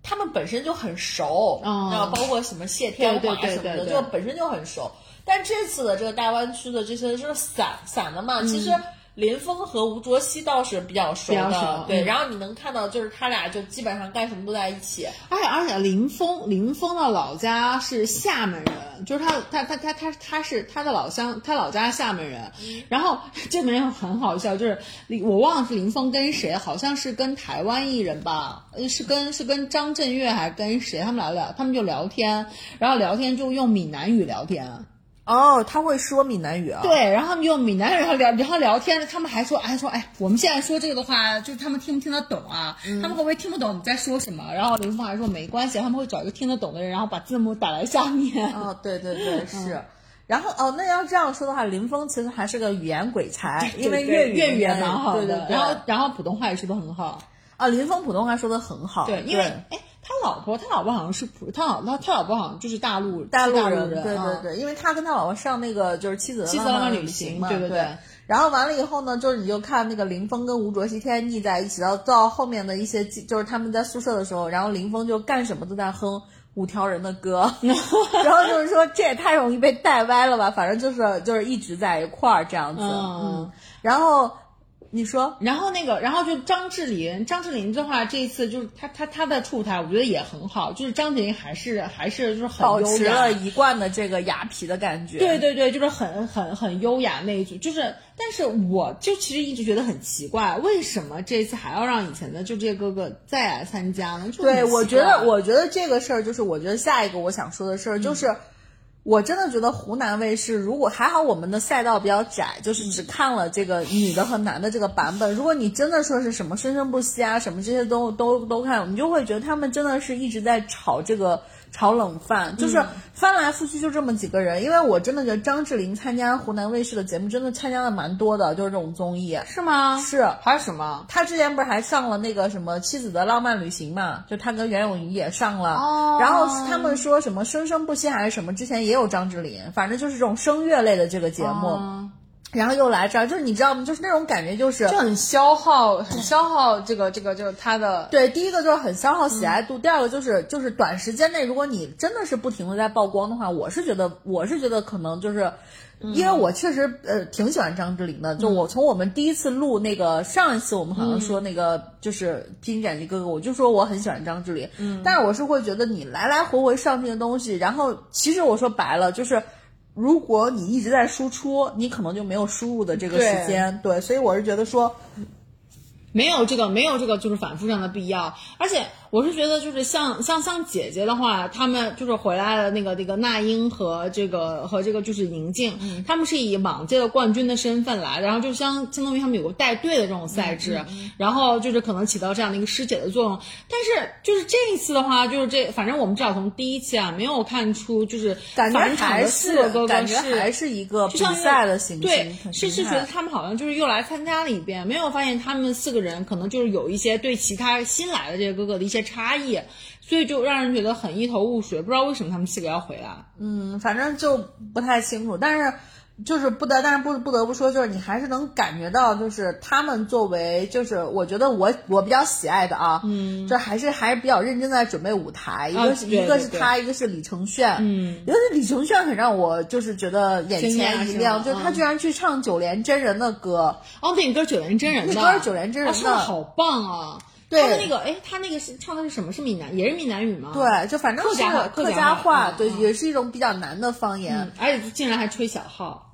他们本身就很熟，
嗯
然后包括什么谢天
对
华
对
什
对
么的，
对对
就本身就很熟。但这次的这个大湾区的这些就是散散的嘛，其实林峰和吴卓羲倒是比较熟
嗯比较
的
熟，
对。
嗯
然后你能看到，就是他俩就基本上干什么都在一起，
而且而且林峰林峰的老家是厦门人，就是他他他他他他是他的老乡，他老家是厦门人。 然后这里面很好笑，就是林我忘了是林峰跟谁，好像是跟台湾艺人吧，呃是跟是跟张震岳还是跟谁，他们俩聊，他们就聊天，然后聊天就用闽南语聊天。
哦，他会说闽南语啊，
对，然后他们用闽南语然后聊，然后聊天，他们还说，哎说，哎，我们现在说这个的话，就是他们听不听得懂啊？
嗯
他们会不会听不懂你在说什么？然后林峰还说没关系，他们会找一个听得懂的人，然后把字幕打在下面。
哦，对对对，是。
嗯
然后哦，那要这样说的话，林峰其实还是个语言鬼才，因为
粤
语
粤语也
呢
蛮好的，
对对对。
然后然后普通话也说的很好。
啊，林峰普通话说的很好，
对，因为哎，他老婆他老婆好像是普，他老他他老婆好像就是大陆
大
是
陆
陆
人，
人，啊
对对
嗯。
对，因为他跟他老婆上那个就是妻子的
妻子
浪
浪漫旅
旅
行
嘛，
对对
对
对
然后完了以后呢，就是你就看那个林峰跟吴卓羲天天腻在一起，到到后面的一些季就是他们在宿舍的时候，然后林峰就干什么都在哼。五条人的 歌，然后就是说这也太容易被带歪了吧，反正就是就是一直在一块儿这样子，
嗯
嗯，然后你说
然后那个，然后就张智霖，张智霖的话，这一次就是他他他的处态，我觉得也很好，就是张智霖还是还是就是很
保
优
持
雅
了一贯的这个雅痞的感觉，
对对对，就是很很很优雅那一句，就是，但是我就其实一直觉得很奇怪，为什么这次还要让以前的就这些哥哥再来参加呢？就很
对，我
奇
觉得，
怪嗯
我觉得这个事儿就是，我觉得下一个我想说的事儿就是，我真的觉得湖南卫视如果还好我们的赛道比较窄，就是
嗯
只看了这个女的和男的这个版本。如果你真的说是什么生生不息啊，什么这些都都都看，你就会觉得他们真的是一直在炒这个。炒冷饭就是
嗯
翻来覆去就这么几个人，因为我真的觉得张智霖参加湖南卫视的节目，真的参加了蛮多的，就是这种综艺。
是吗？
是，
还有什么？
他之前不是还上了那个什么《妻子的浪漫旅行》嘛？就他跟袁咏仪也上了，
哦
然后他们说什么《生生不息》还是什么，之前也有张智霖，反正就是这种声乐类的这个节目，
嗯，
然后又来这儿，就是你知道吗？就是那种感觉，就是
就很消耗，很消耗这个这个就是他的嗯
对，第一个就是很消耗喜爱度，第二个就是就是短时间内，如果你真的是不停的在曝光的话，我是觉得我是觉得可能就是。
嗯
因为我确实呃挺喜欢张智霖的，就我从我们第一次录那个上一次我们好像
嗯
说那个、就是《披荆斩棘》哥哥，我就说我很喜欢张智霖，嗯，但是我是会觉得你来来回回上这些东西，然后其实我说白了就是，如果你一直在输出，你可能就没有输入的这个时
对
间，对，所以我是觉得说，
没有这个，没有这个，就是反复上的必要。而且我是觉得，就是像像像姐姐的话，她们就是回来了那个那个那英和这个和这个就是宁静，
嗯
她们是以往届的冠军的身份来的，然后就相相当于他们有个带队的这种赛制，
嗯
然后就是可能起到这样的一个师姐的作用。但是就是这一次的话，就是这反正我们至少从第一期啊，没有看出就是
感觉
返场
还
的四个哥哥
感觉
是
还是一个
就
比
像是
赛的形式，
对，是是
形
觉
态
得他们好像就是又来参加了一遍，没有发现他们四个人可能就是有一些对其他新来的这些哥哥的一些差异，所以就让人觉得很一头雾水，不知道为什么他们四个要回来。
嗯，反正就不太清楚，但是。就是不得，但是不不得不说，就是你还是能感觉到，就是他们作为，就是我觉得我我比较喜爱的啊，嗯，就还是还是比较认真在准备舞台，一
啊
个是、
对
一个是
对
他，一个是李承铉，
嗯，
因为李承铉很让我就是觉得眼
惊讶
前一
是
亮，
吗
就是他
嗯
居然去唱九连真人的歌，
哦，那歌九连真人的，
那歌是九连真人的
哦唱的好棒啊！
对
他的那个，哎，他那个是唱的是什么？是闽南，也是闽南语吗？
对，就反正
客
是
家话
客
客家话
家话，
嗯
对，
嗯
也是一种比较难的方言，
嗯，而且竟然还吹小号。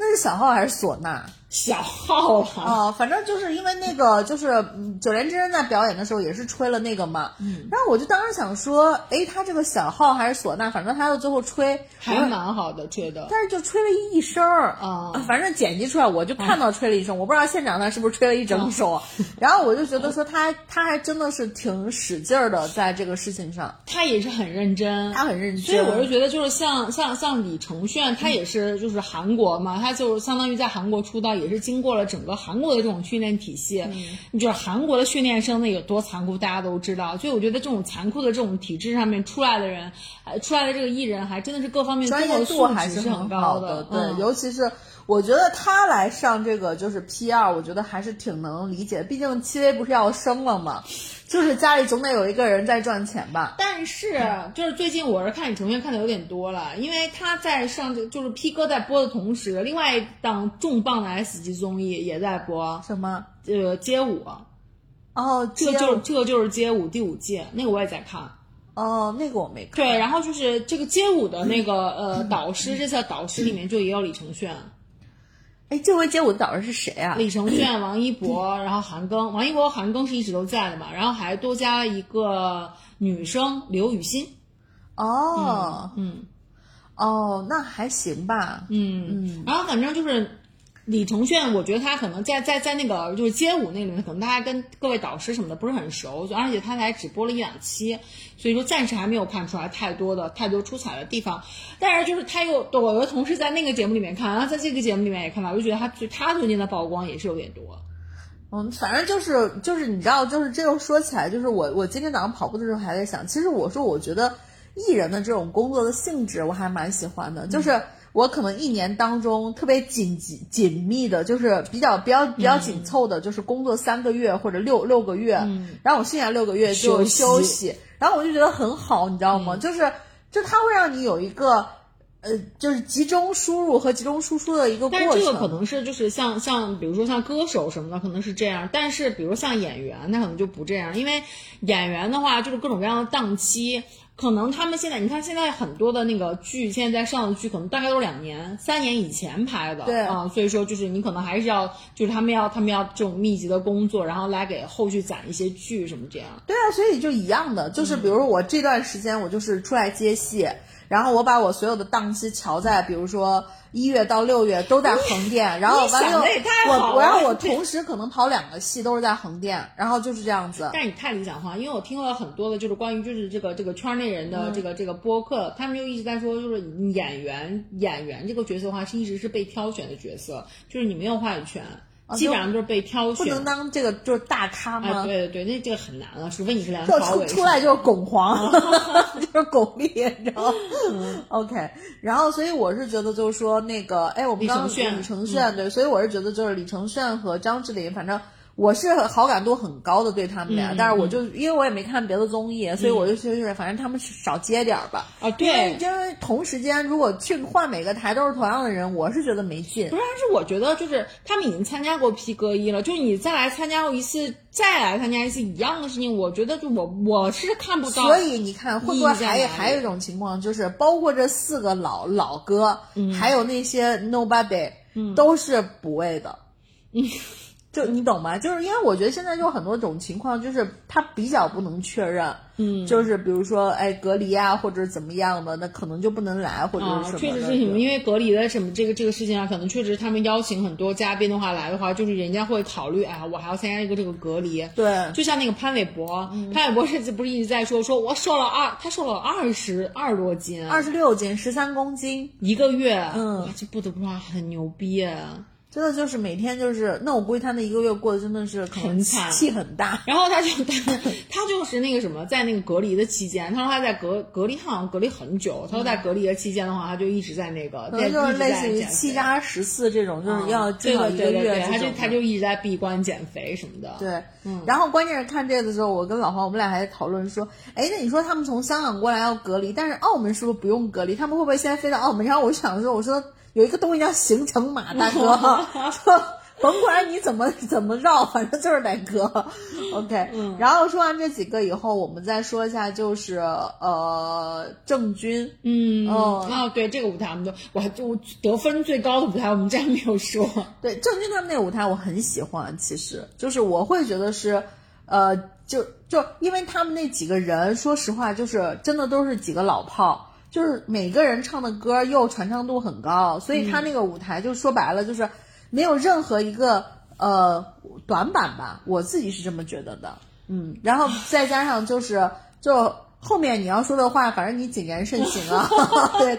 那是小号还是唢呐？
小号了。
啊、反正就是因为那个，就是嗯九连真人在表演的时候也是吹了那个嘛，
嗯
然后我就当时想说，哎，他这个小号还是唢呐，反正他到最后吹，
还蛮好的，吹的。
但是就吹了一声儿
啊
反正剪辑出来我就看到吹了一声，我不知道现场他是不是吹了一整首，
哦
然后我就觉得说他他还真的是挺使劲儿的，在这个事情上，
他也是很认真，
他很认真，
所以我是觉得，就是像像像李承铉，他也是就是韩国嘛，他就是相当于在韩国出道，也是经过了整个韩国的这种训练体系。
嗯
你就是韩国的训练生那有多残酷，大家都知道。所以我觉得这种残酷的这种体制上面出来的人，呃，出来的这个艺人，还真的是各方面
专
综
业
合
度
素质
还
是
很
高
好的，对，
嗯
尤其是我觉得他来上这个就是 P 二，我觉得还是挺能理解，毕竟戚薇不是要生了嘛，就是家里总得有一个人在赚钱吧。
但是
嗯
就是最近我是看李承铉看的有点多了，因为他在上这就是 P 哥在播的同时，另外一档重磅的 S 级综艺也在播，
什么？
呃，街舞，
哦，
这
这
就是这个就是街舞第五届，那个我也在看。
哦，那个我没看。
对，然后就是这个街舞的那个呃导师，这次的导师里面就也有李承铉、
哎，这回街舞的导师是谁啊？
李承铉、王一博，然后韩庚，王一博、韩庚是一直都在的嘛，然后还多加了一个女生刘雨欣。
哦，
嗯
哦，那还行吧。
嗯，然后反正就是李承铉，我觉得他可能在在在那个就是街舞那里面，可能大家跟各位导师什么的不是很熟，就而且他才只播了一两期，所以说暂时还没有看出来太多的太多出彩的地方。但是就是他又我有的同事在那个节目里面看，然后在这个节目里面也看到，我就觉得他最他最近的曝光也是有点多。
嗯，反正就是就是你知道，就是这又说起来，就是我我今天早上跑步的时候还在想，其实我说我觉得艺人的这种工作的性质我还蛮喜欢的，
嗯
就是我可能一年当中特别紧紧紧密的，就是比较比较
嗯
比较紧凑的，就是工作三个月或者六六个月，然后我剩下六个月就
嗯休息嗯
休息，然后我就觉得很好，你知道吗？就是就它会让你有一个呃，就是集中输入和集中输出的一个过
但是
程。
这个可能是就是像像比如说像歌手什么的，可能是这样。但是比如像演员，那可能就不这样，因为演员的话就是各种各样的档期。可能他们现在，你看现在很多的那个剧，现在在上的剧，可能大概都是两年、三年以前拍的，
对
啊、所以说就是你可能还是要，就是他们要他们要这种密集的工作，然后来给后续攒一些剧什么这样。
对啊，所以就一样的，就是
嗯
比如说我这段时间我就是出来接戏，然后我把我所有的档期调在，比如说一月到六月都在横店，然后
你
完
想
了
得也太好
我我
了
然后我同时可能跑两个戏都是在横店，然后就是这样子。
但你太理想化，因为我听了很多的，就是关于就是这个这个圈内人
嗯
的这个、这个播客，他们就一直在说，就是演员演员这个角色的话，是一直是被挑选的角色，就是你没有话语权，基本上就是被挑
哦不
选。
能当这个就是大咖
啊，
吗？
对对对，那这个很难啊了，除非你是梁
就
朝伟什
出
么的。
出来就是巩皇， 就是巩俐，你知道吗、o
嗯
k 然后所以我是觉得就是说那个，哎，我们刚刚
李承铉嗯
李承铉对，所以我是觉得就是李承铉和张智霖，反正。我是好感度很高的对他们俩，
嗯
但是我就因为我也没看别的综艺，所以我就觉得反正他们少接点儿吧。
啊，
因为
对，
因为同时间如果去换每个台都是同样的人，我是觉得没劲
不。是，但是我觉得就是他们已经参加过 P 哥一了，就是你再来参加过一次，再来参加一次一样的事情，我觉得就我我是看不到。
所以你看，会不会
意义在哪
还有
里
还有一种情况，就是包括这四个老老哥，还有那些 nobody，、都是补位的。嗯 就你懂吗？就是因为我觉得现在有很多种情况，就是他比较不能确认，嗯，就是比如说哎隔离啊，或者怎么样的，那可能就不能来或者
啊，
哦是什么的。
确实是你们，因为隔离的什么这个这个事情啊，可能确实他们邀请很多嘉宾的话来的话，就是人家会考虑，哎呀，我还要参加一个这个隔离。
对
就像那个潘玮柏，
嗯
潘玮柏甚至不是一直在说，说我瘦了二，他瘦了二十二多斤，
二十六斤，十三公斤，
一个月，
嗯
哇，这不得不说很牛逼啊。
真的就是每天就是，那我估计他那一个月过得真的是可能
很惨
气很大。
然后他就 他他就是那个什么，在那个隔离的期间，他说他在隔隔离，他好像隔离很久。他说在隔离的期间的话，他就一直在那个，
可
在
能就
一
是
直
类
在
似于
减
七
肥
加十四这种，就是嗯要
这
至少
个
一个
啊对对
月
对，
这
他就
种
他
的
就一嗯直在闭关减肥什么的。
对，然后关键是看这个的时候，我跟老黄我们俩还在讨论说，哎，那你说他们从香港过来要隔离，但是澳门是不是不用隔离？他 们会不会先飞到澳门？然后我就想说，我说有一个东西叫行程码，大哥，就甭管你怎么怎么绕，反正就是得割。OK，、
嗯
然后说完这几个以后，我们再说一下，就是呃，郑钧，
嗯，
哦
啊，对，这个舞台我们都，我还我得分最高的舞台我们竟然没有说，
对郑钧他们那个舞台我很喜欢，其实就是我会觉得是，呃，就就因为他们那几个人，说实话就是真的都是几个老炮，就是每个人唱的歌又传唱度很高，所以他那个舞台就说白了就是没有任何一个呃短板吧，我自己是这么觉得的，嗯，然后再加上就是就。后面你要说的话，反正你谨言慎行啊。 对，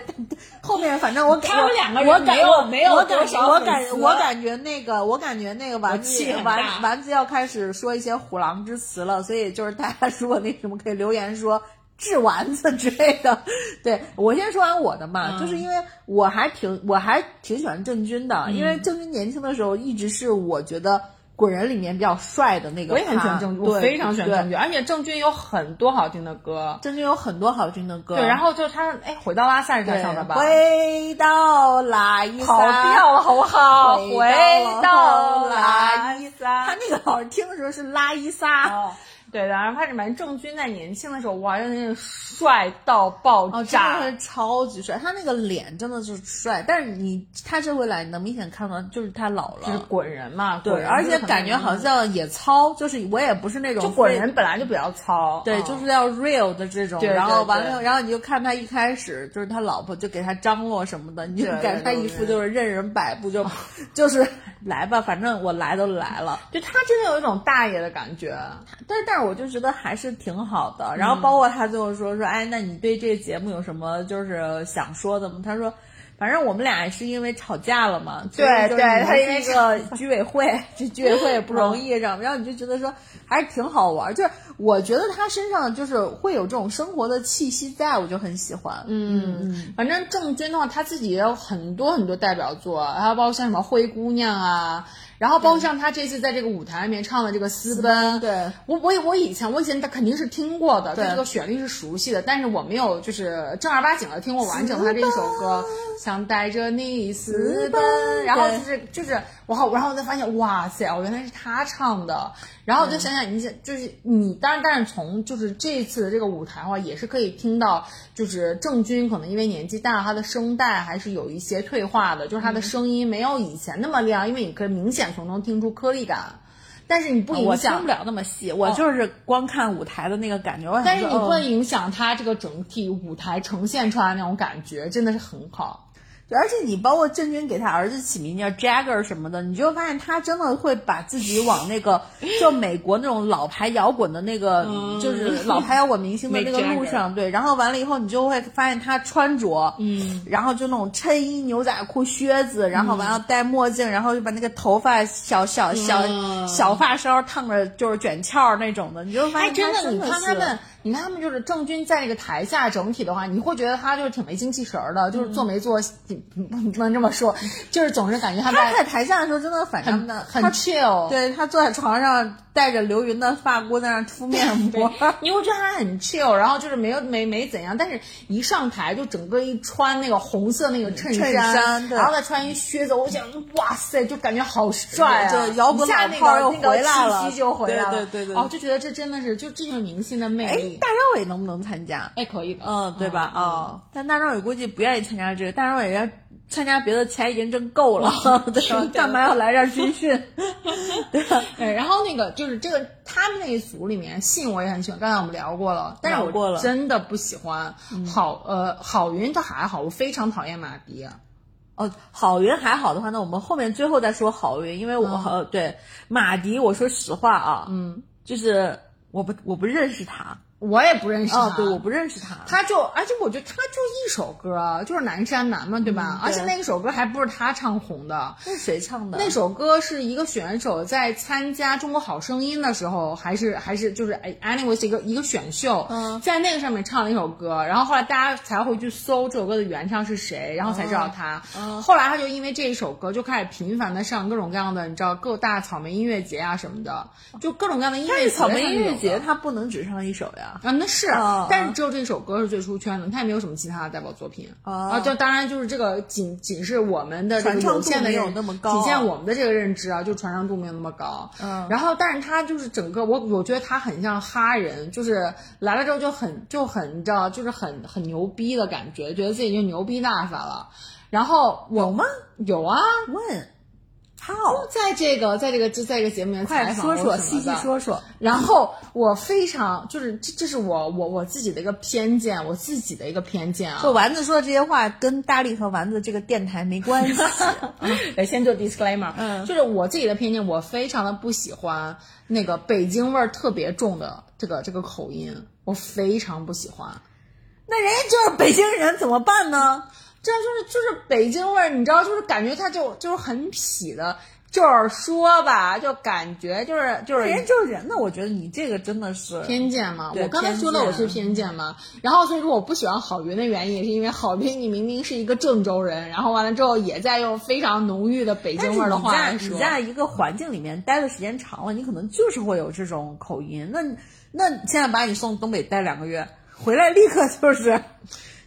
后面反正我感
他们两个人
我感
没有
我
没有
我感
多少
我
粉
感
丝
我感感觉那个，我感觉那个丸子
气很大
丸丸子要开始说一些虎狼之词了，所以就是大家如果那什么可以留言说治丸子之类的。对我先说完我的嘛，就是
嗯
因为我还挺我还挺喜欢郑钧的，因为
嗯
郑钧年轻的时候一直是我觉得滚人里面比较帅的那个
我
咖，
也很喜欢郑钧，我
对
非常喜欢
对
郑钧，而且郑钧有很多好听的歌，
郑钧有很多好听的歌，
对，然后就是他，哎，回到拉萨是他
对
唱的吧？
回到拉伊
跑
萨。
掉了好不好？
回
哦回
到
到
拉
拉
伊
伊
萨，哦他
萨。
那个好像听的时候是拉伊萨，
哦，对的，然后他是反正郑钧在年轻的时候，哇，真的是帅到爆
哦，真
炸，
的是超级帅，他那个脸真的是帅，但是你他这回来能明显看到，就是他老
就是
了，
滚人嘛，
对，
滚人
而
就
且
是很
感觉
多人
好像也糙，就是我也不是那种
就滚
非
人本来就比较糙，
对，
嗯
就是要 real 的这种，
对
然后
对
完了，
对
然后你就看他一开始就是他老婆就给他张罗什么的，你就
对
感觉他
对
一副就是任人摆 布，就就是来吧，反正我来都来了。
就他真的有一种大爷的感觉，嗯
但是，但是我就觉得还是挺好的。然后包括他最后说说，哎，那你对这个节目有什么就是想说的吗？他说，反正我们俩是因为吵架了嘛。所以
对
就是
对
你们
他因为
是一个呃居委会，这居委会也不容易，然后然后你就觉得说还是挺好玩儿。就是我觉得他身上就是会有这种生活的气息在，我就很喜欢。
嗯，反正郑钧的话，他自己也有很多很多代表作，然后包括像什么《灰姑娘》啊，然后包括像他这次在这个舞台里面唱的这个《私奔》，
对，
我我我以前我以前他肯定是听过的，
对
对这个旋律是熟悉的，但是我没有就是正儿八经的听过完整他这一首歌，想带着你私奔，然后就是就是我好，然后我才发现哇塞，哦原来是他唱的，然后我就
嗯
想想你想就是你，当然但是从就是这次的这个舞台的话，也是可以听到就是郑钧可能因为年纪大，他的声带还是有一些退化的，就是他
嗯
的声音没有以前那么亮，因为你可以明显从中听出颗粒感。但是你不
啊我
影
听
响
不，了那么细，我就是光看舞台的那个感觉。我想
哦但是
说
你不
哦
会影响它这个整体舞台呈现出来那种感觉，真的是很好。
对而且你包括郑钧给他儿子起名叫 Jagger 什么的，你就会发现他真的会把自己往那 个就美国那种老牌摇滚的那个，就是老牌摇滚明星的那个
嗯 Mick
路上，对。然后完了以后，你就会发现他穿着，嗯，然后就那种衬衣、牛仔裤、靴子，然后完
嗯
了戴墨镜，然后就把那个头发小小小、
嗯
小发梢烫着就是卷翘儿那种的，你就会发
哎，
现
真
他的是，
的，你看他们，你看他们就是郑钧在那个台下整体的话，你会觉得他就是挺没精气神儿的，就是
嗯
做没做，你不能这么说，就是总是感觉他
他在
在
台下的时候真的反正的
很
他
chill。
对他坐在床上戴着刘云的发箍在那儿敷面 膜，
你会觉得他很 chill，然后就是没有没没怎样，但是一上台就整个一穿那个红色那个衬衫，
衬衫对
然后再穿一靴子，我想哇塞，就感觉好帅啊！
就摇滚
一下
老
那
炮儿
个
又回来了
那个气息就回来了，
对对对对
哦，就觉得这真的是就这就是明星的魅
哎，
力
大。张伟能不能参加？
哎，可以的，
嗯，对吧？啊、但大张伟估计不愿意参加这个，大张伟要参加别的钱已经挣够了，
哦
对吧？干嘛要来这儿军训？对吧？
对，哎然后那个就是这个他们那一组里面，信我也很喜欢，刚才我们聊过了，但是
聊过了嗯
我真的不喜欢郝呃郝云，他还好，我非常讨厌马迪，
哦，郝云还好的话，那我们后面最后再说郝云，因为我、
嗯
呃对马迪，我说实话啊，嗯，就是我不我不认识他，
我也不认识他，
啊，对，我不认识他，
他就，而且我觉得他就一首歌，啊就是《南山南》嘛，对
嗯
吧？而且那一首歌还不是他唱红的，
那是谁唱的？
那首歌是一个选手在参加《中国好声音》的时候，还是还是就是哎，anyway 是一个一个选秀，
嗯
在那个上面唱了一首歌，然后后来大家才会去搜这首歌的原唱是谁，然后才知道他。
嗯
后来他就因为这一首歌就开始频繁的上各种各样的，你知道各大草莓音乐节啊什么的，就各种各样的音
但
乐
哦是
节
草莓音乐
上
节
面有的
它不能只唱一首呀。啊。
啊，那是
哦，
但是只有这首歌是最出圈的，他也没有什么其他的代表作品
哦
啊。就当然就是这个仅仅是我们的这个
传唱
有限
度
的
没有
认
那么高
仅限我们的这个认知啊，就传唱度没有那么高。
嗯
然后但是他就是整个我我觉得他很像哈人，就是来了之后就很就很你知道就是很很牛逼的感觉，觉得自己就牛逼大发了。然后我有吗？有啊，
问，how？
在这个在这个在这个节目里面
快
采访
说
过什
说，
么
细细
的啊
说说。
然后我非常就是这这是我我我自己的一个偏见，我自己的一个偏见啊
就。丸子说的这些话跟大力和丸子这个电台没关 系。
呃， 先做 disclaimer，
嗯
就是我自己的偏见，我非常的不喜欢那个北京味儿特别重的这个这个口音，我非常不喜欢。
那人家就是北京人，怎么办呢？
这样就是就是北京味儿，你知道，就是感觉它就就是很痞的，就是说吧，就感觉就是就是
人家就是人呢，我觉得你这个真的是
偏见嘛，
对
我刚才说了我是偏见嘛，然后所以说我不喜欢郝云的原因也是因为郝云你明明是一个郑州人，然后完了之后也在用非常浓郁的北
但
京
是
味儿的
你
话
在
来
你
说，
在一个环境里面待的时间长了，你可能就是会有这种口音。那那现在把你送东北待两个月，回来立刻就是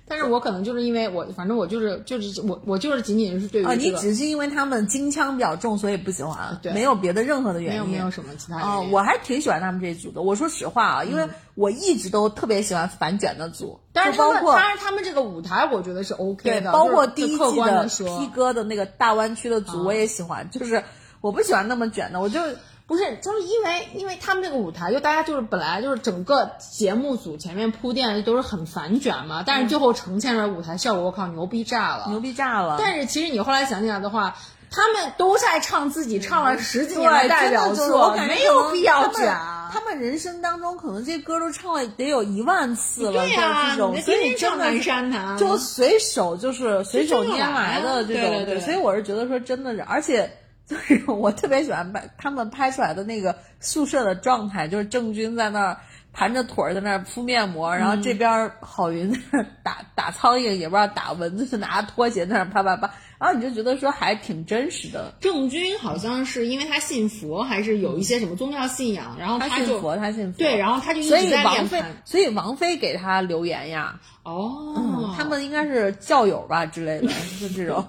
但是我可能就是因为我反正我就是就是我我就是仅仅 是对于
啊，
这
你
个、啊
只是因为他们京腔比较重，所以不喜欢，
对
没有别的任何的原
没有
因。
没有什么其他原因嗯
哦，我还挺喜欢他们这一组的。我说实话啊，因为我一直都特别喜欢反卷的组，
但是
就
他
包
们
括
但是他们这个舞台我觉得是 OK
对，
的，
包
就是
括第
就
一
客
季
观
的
的
P
说。啊
哥的那个大湾区的组，我也喜欢，就是我不喜欢那么卷的，我就
不是，就是因为因为他们这个舞台，就大家就是本来就是整个节目组前面铺垫的都是很反卷嘛，但是最后呈现出来舞台效果，我靠，牛逼炸了！
牛逼炸了。
啊但是其实你后来想起来的话，他们都在唱自己唱了十几
嗯对，
年的代
真
表
的就是
作，
我感觉
没
可
有
能
必要
他们
讲。
他们人生当中可能这歌都唱了得有一万次了，
对
就是
呀、
这种，
你
所
天
以
天
真
唱
的
南
是
山南，
就随手就是随手拈来的
就
这
这
种，
样来对对对
所以我是觉得说真的是，而且就是我特别喜欢拍他们拍出来的那个宿舍的状态，就是郑钧在那儿盘着腿儿在那儿敷面膜，然后
嗯
这边儿郝云在那儿打打苍蝇，也不知道打蚊子，拿着拖鞋在那儿啪啪啪，然后你就觉得说还挺真实的，
郑钧好像是因为他信佛，还是有一些什么宗教信仰，然后
他
哦就
信佛，他信佛，
对，然后他就一
所以
直在
王
练
菲
盘，
所以王菲给他留言呀，
哦、
嗯他们应该是教友吧 之类的，就这种。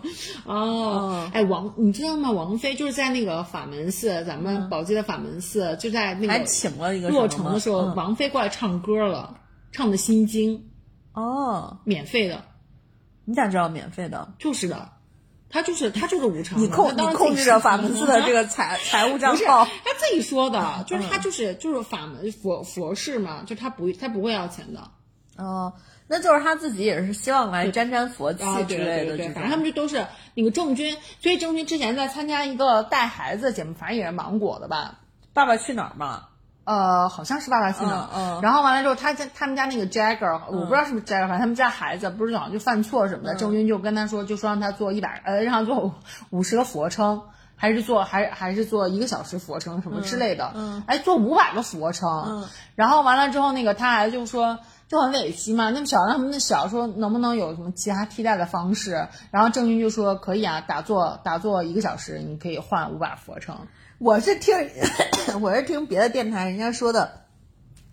哦
嗯，
哎，王，你知道吗？王菲就是在那个法门寺，咱们宝鸡的法门寺，就在那
还
个
请了一个
落
什么
成的时候，
嗯
王菲过来唱歌了，唱的《心经》，
哦，
免费的，
你咋知道免费的？
就是的，他就是他就是无偿的，
你控
他当
你
然
控
自己
制
说
着法门寺的这个 财财务账
不是
号，嗯
他自己说的，就是他就是就是法门佛佛事嘛，就他不他不会要钱的
哦，那就是他自己也是希望来沾沾佛气
啊，
之
对
类
对对
的这
对，
种
反正他们就都是那个郑钧，所以郑钧之前在参加一个带孩子的节目，反正也是芒果的吧，
爸爸去哪儿嘛？
呃，好像是爸爸去哪儿，
嗯嗯嗯
然后完了之后，他家他们家那个 Jagger，、我不知道是不是 Jagger，反正他们家孩子不是好像就犯错什么的，郑钧就跟他说，就说让他做一百，呃，让他做五十个俯卧撑，还是做还还是做一个小时俯卧撑什么之类的，嗯，哎，做五百个俯卧撑，
嗯，
然后完了之后，那个他还就说。就很委屈嘛，那么小让他们那小说能不能有什么其他替代的方式？然后郑钧就说可以啊，打坐打坐一个小时，你可以换五百俯卧撑。
我是听 我是听别的电台人家说的，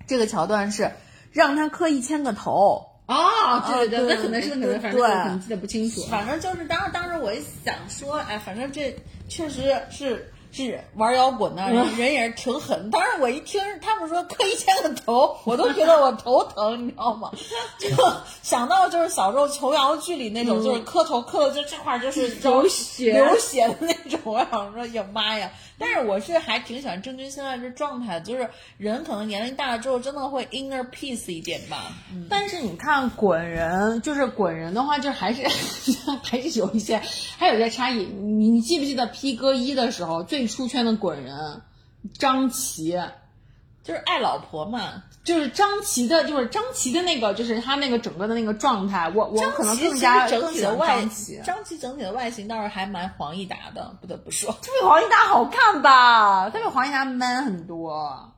这个桥段是让他磕一千个头。
哦，
对对对
那可能是，可能
对
反正
对
我可能记得不清楚。啊
反正就是当当时我一想说，哎，反正这确实是是玩摇滚的、人人也是挺狠。当时我一听他们说磕一千个头，我都觉得我头疼，你知道吗？就想到就是小时候琼瑶剧里那种，就是磕头磕的就这块儿就是
流血
流血的那种。我想说，呀妈呀！但是我是还挺喜欢郑钧现在这状态，就是人可能年龄大了之后，真的会 inner peace 一点吧。嗯
但是你看滚人，就是滚人的话，就还是 还是有一些，还有一些差异。你你记不记得 P 哥一的时候最出圈的滚人，张琪，
就是爱老婆嘛，
就是张琪的，就是张琪的那个，就是他那个整个的那个状态，我我
张
可能
琪
更
其
加
实整
更
体
喜
的
欢
外
张琪，。啊
张琪整体的外形倒是还蛮黄义达的，不得不说。
他比黄义达好看吧？他比黄义达 man 很多。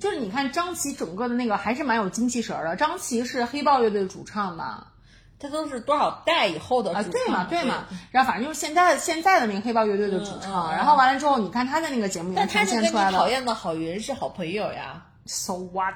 就是你看张琪整个的那个还是蛮有精气神儿的。张琪是黑豹乐队的主唱吧？
他都是多少代以后的
啊，
主
对嘛
唱
对嘛，然后反正就是现在现在的那个黑豹乐队的主
嗯
唱，
嗯
然后完了之后，你看他在那个节目里
但
面
他
呈
是
现
跟你
出来
讨
的
厌的郝云是好朋友呀，
，so what？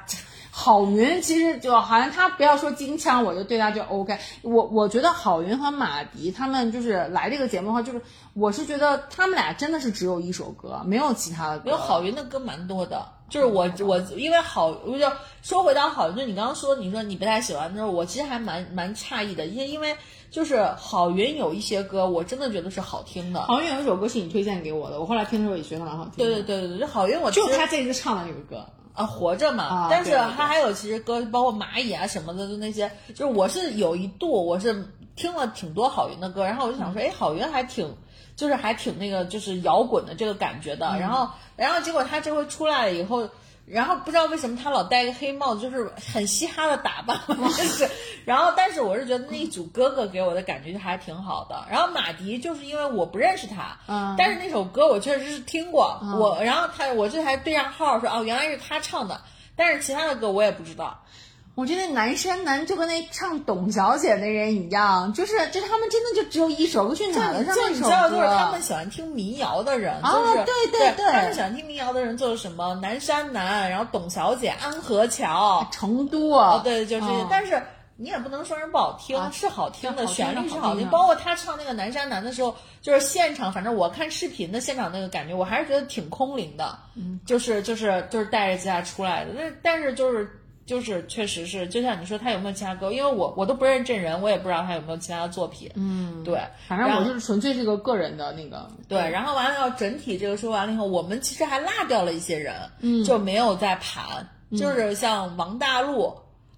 郝云其实就好像他不要说金腔，我就对他就 OK。我我觉得郝云和马迪他们就是来这个节目的话，就是我是觉得他们俩真的是只有一首歌，没有其他的歌。
没有郝云的歌蛮多的，就是我我因为郝，我就说回到郝云，就你刚刚说你说你不太喜欢，之后我其实还蛮蛮诧异的，因为因为就是郝云有一些歌，我真的觉得是好听的。
郝云有一首歌是你推荐给我的，我后来听的时候也觉得蛮好听
对
的。
对对对对，就郝云我
就
其
是
实
他这次唱的那个歌，
啊活着嘛，
啊
但
对
是
对对
他还有其实歌，包括蚂蚁啊什么的，就那些，就是我是有一度我是听了挺多郝云的歌，然后我就想说，
嗯
哎，郝云还挺。就是还挺那个，就是摇滚的这个感觉的。
嗯
然后，然后结果他这回出来了以后，然后不知道为什么他老戴个黑帽子，就是很嘻哈的打 扮，就是。然后，但是我是觉得那一组哥哥给我的感觉就还挺好的。然后马迪就是因为我不认识他，
嗯
但是那首歌我确实是听过，我然后他我这还对上号说哦，原来是他唱的。但是其他的歌我也不知道，
我觉得南山南就跟那唱董小姐那人一样，就是就是他们真的就只有一首歌，去哪
就
了上
就
那
你
首歌？
知道，就是他们喜欢听民谣的人，
啊
就是
对对
对
对
他们喜欢听民谣的人就是什么南山南，然后董小姐、安河桥，
成都
哦
啊，
对，就是这些
嗯。
但是你也不能说人不好听
啊，
是好听的，
是好听的
旋律是
好
好
听
听。
的
包括他唱那个南山南的时候，就是现场，反正我看视频的现场那个感觉，我还是觉得挺空灵的，
嗯
就是就是就是带着吉他出来的。但但是就是。就是，确实是，就像你说，他有没有其他歌？因为我我都不认识这人，我也不知道他有没有其他的作品。嗯，对，
反正
然
我
后
就是纯粹是个个人的那个，
对，然后完了以后，整体这个说完了以后，我们其实还落掉了一些人，嗯，就没有在盘，
嗯
就是像王大陆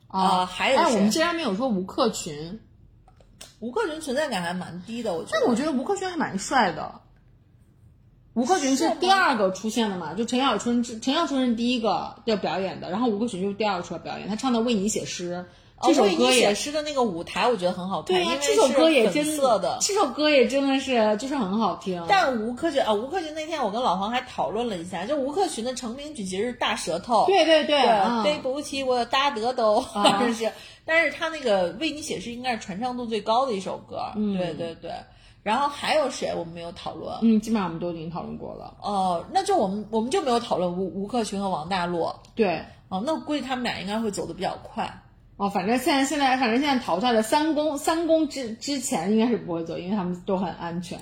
啊、呃还有
哎，
谁
我们竟然没有说吴克群，
吴克群存在感还蛮低的，我觉得。
但我觉得吴克群还蛮帅的。吴克群
是
是
吗
第二个出现的嘛，就陈小春是，陈小春是第一个要表演的，然后吴克群就是第二个出来表演，他唱的《为你写诗》这首
哦、
歌
为你
也
写诗的那个舞台，我觉得很好看，
对呀、啊
因为
这首歌也
是
真
粉色的。
这首歌也真的是就是很好听。
但吴克群啊，吴克群那天我跟老黄还讨论了一下，就吴克群的成名曲其实是大舌头，
对对对，
对，啊
嗯
对不起，我有大德都， 反正是，但是他那个为你写诗应该是传唱度最高的一首歌，对对对。然后还有谁我们没有讨论？
嗯，基本上我们都已经讨论过了。
哦，那就我们我们就没有讨论吴吴克群和王大陆
对，
哦，那估计他们俩应该会走得比较快。
哦，反正现在现在反正现在淘汰的三公三公之之前应该是不会走，因为他们都很安全。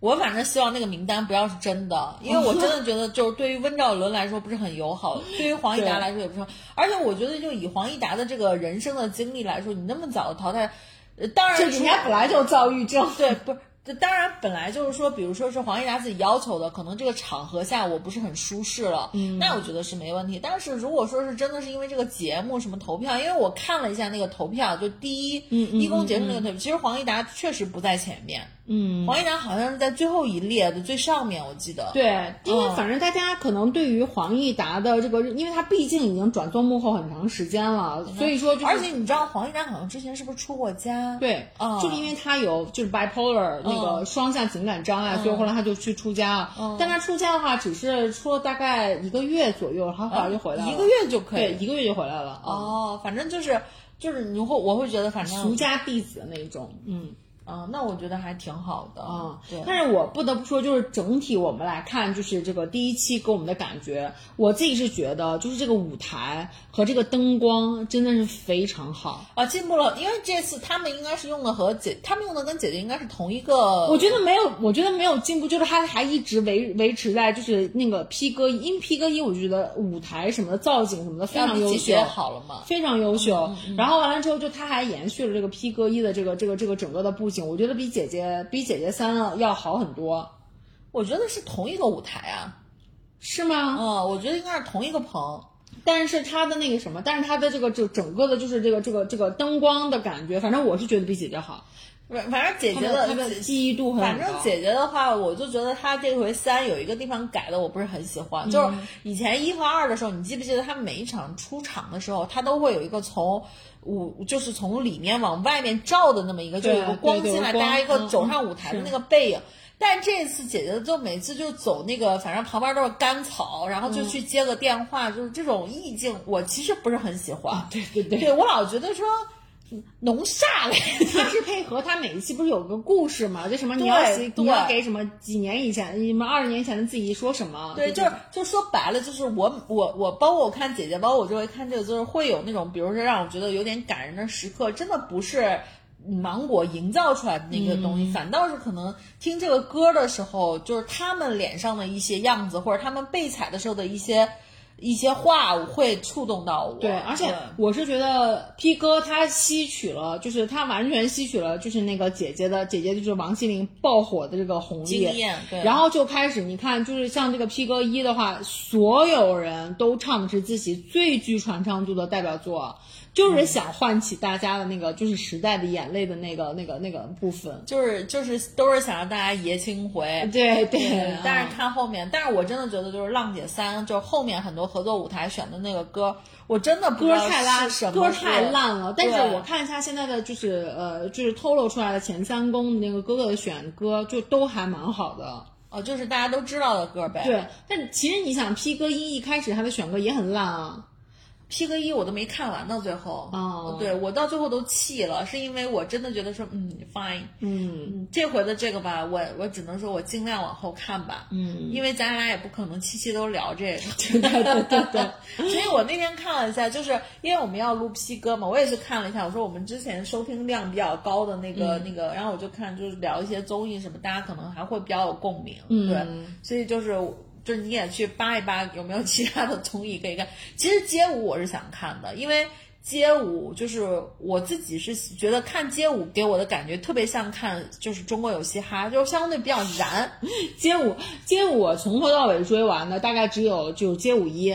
我反正希望那个名单不要是真的，因为
哦
我真的觉得就是对于温兆伦来说不是很友好，对于黄义达
对
来说也不是很，而且我觉得就以黄义达的这个人生的经历来说，你那么早淘汰，呃当然
就人家
说
本来就躁郁症，
对，不是。这当然，本来就是说，比如说是黄义达自己要求的，可能这个场合下我不是很舒适了，嗯，那我觉得是没问题。但是如果说是真的是因为这个节目什么投票，因为我看了一下那个投票，就第一，
嗯嗯
一公节目那个投票，其实黄义达确实不在前面，
嗯。
黄义达好像是在最后一列的最上面，我记得，
对，因为
嗯
反正大家可能对于黄义达的这个，因为他毕竟已经转做幕后很长时间了，所以说就是
嗯而且你知道黄义达好像之前是不是出过家？，
对，
嗯
就是因为他有就是 bipolar 那个双向情感障
嗯
碍，所以后来他就去出家了。但他出家的话，只是出了大概一个月左右，他后来就回来了。
嗯一个月就可以
对，。一个月就回来了。啊，
哦，反正就是就是你会我会觉得反正
俗家弟子那一种，嗯
啊、那我觉得还挺好的
啊、
对。
但是我不得不说，就是整体我们来看，就是这个第一期给我们的感觉，我自己是觉得，就是这个舞台和这个灯光真的是非常好。
啊，进步了，因为这次他们应该是用的和姐，他们用的跟姐姐应该是同一个。
我觉得没有，我觉得没有进步，就是他还一直维维持在就是那个 P 哥一，因为 P 哥一我觉得舞台什么的、造景什么的非
要
常
比
优
嗯姐
秀
姐，好嗯了嘛。
非常优秀。然后完了之后，就他还延续了这个 P 哥一的这个这个这个整个的布景，我觉得比姐姐比姐姐三要好很多，
我觉得是同一个舞台啊，
是吗？
嗯，我觉得应该是同一个棚。
但是它的那个什么，但是它的这个就整个的就是这个这个这个灯光的感觉，反正我是觉得比姐姐好，
反反正姐
他
姐
们他
的
们
姐
记忆度很高
反正姐姐的话，我就觉得她这回三有一个地方改的我不是很喜
嗯
欢，就是以前一和二的时候，你记不记得她每一场出场的时候，她都会有一个从舞就是从里面往外面照的那么一个，就
对
有一个光
对对
进来，
有
大
光
家一个
嗯
走上舞台的那个背影。但这次姐姐就每次就走那个，反正旁边都是干草，然后
嗯
就去接个电话，就是这种意境，我其实不是很喜欢。
嗯 对对对
对我老觉得说，嗯
农煞来，
他是配合他每一期不是有个故事嘛？就什么你要
对
写你
对
要给什么几年以前你们二十年前的自己说什么？
啊对，就是就说白了，就是我我我，包括我看姐姐，包括我周围看这个，就是会有那种，比如说让我觉得有点感人的时刻，真的不是芒果营造出来的那个东西，反倒是可能听这个歌的时候，就是他们脸上的一些样子，或者他们被采的时候的一些一些话，会触动到我。嗯
对，而且
对
我是觉得 P 哥他吸取了，就是他完全吸取了，就是那个姐姐的姐姐就是王心凌爆火的这个红利
经验对
然后就开始你看，就是像这个 P 哥一的话，所有人都唱的是自己最具传唱度的代表作。就是想唤起大家的那个，就是时代的眼泪的那个、那个、那个部分。
就是就是都是想让大家爷青回，
对对
对，，但是
啊
看后面，但是我真的觉得就是《浪姐三》，就后面很多合作舞台选的那个歌，我真的不知
歌
道
太
是什
烂，
么
歌
是
太烂了。但
对
是我看一下现在的，就是呃，就是透露出来的前三公的那个哥哥的选歌，就都还蛮好的。
哦，就是大家都知道的歌呗。
对，但其实你想，P 哥一一开始他的选歌也很烂啊。
，P 哥一我都没看完到最后，
哦
对我到最后都弃了，是因为我真的觉得说，嗯，fine，
嗯
嗯，这回的这个吧，我我只能说我尽量往后看吧，
嗯，
因为咱俩也不可能期期都聊这个，
对 对对对，
所以我那天看了一下，就是因为我们要录 P 歌嘛，我也是看了一下，我说我们之前收听量比较高的那个、那个，然后我就看就是聊一些综艺什么，大家可能还会比较有共鸣，
嗯
对，所以就是就是你也去扒一扒有没有其他的综艺可以看。 其实街舞我是想看的，因为。街舞就是我自己是觉得看街舞给我的感觉特别像看就是中国有嘻哈，就是相对比较燃，
街舞街舞我从头到尾追完的大概只有只有街舞一，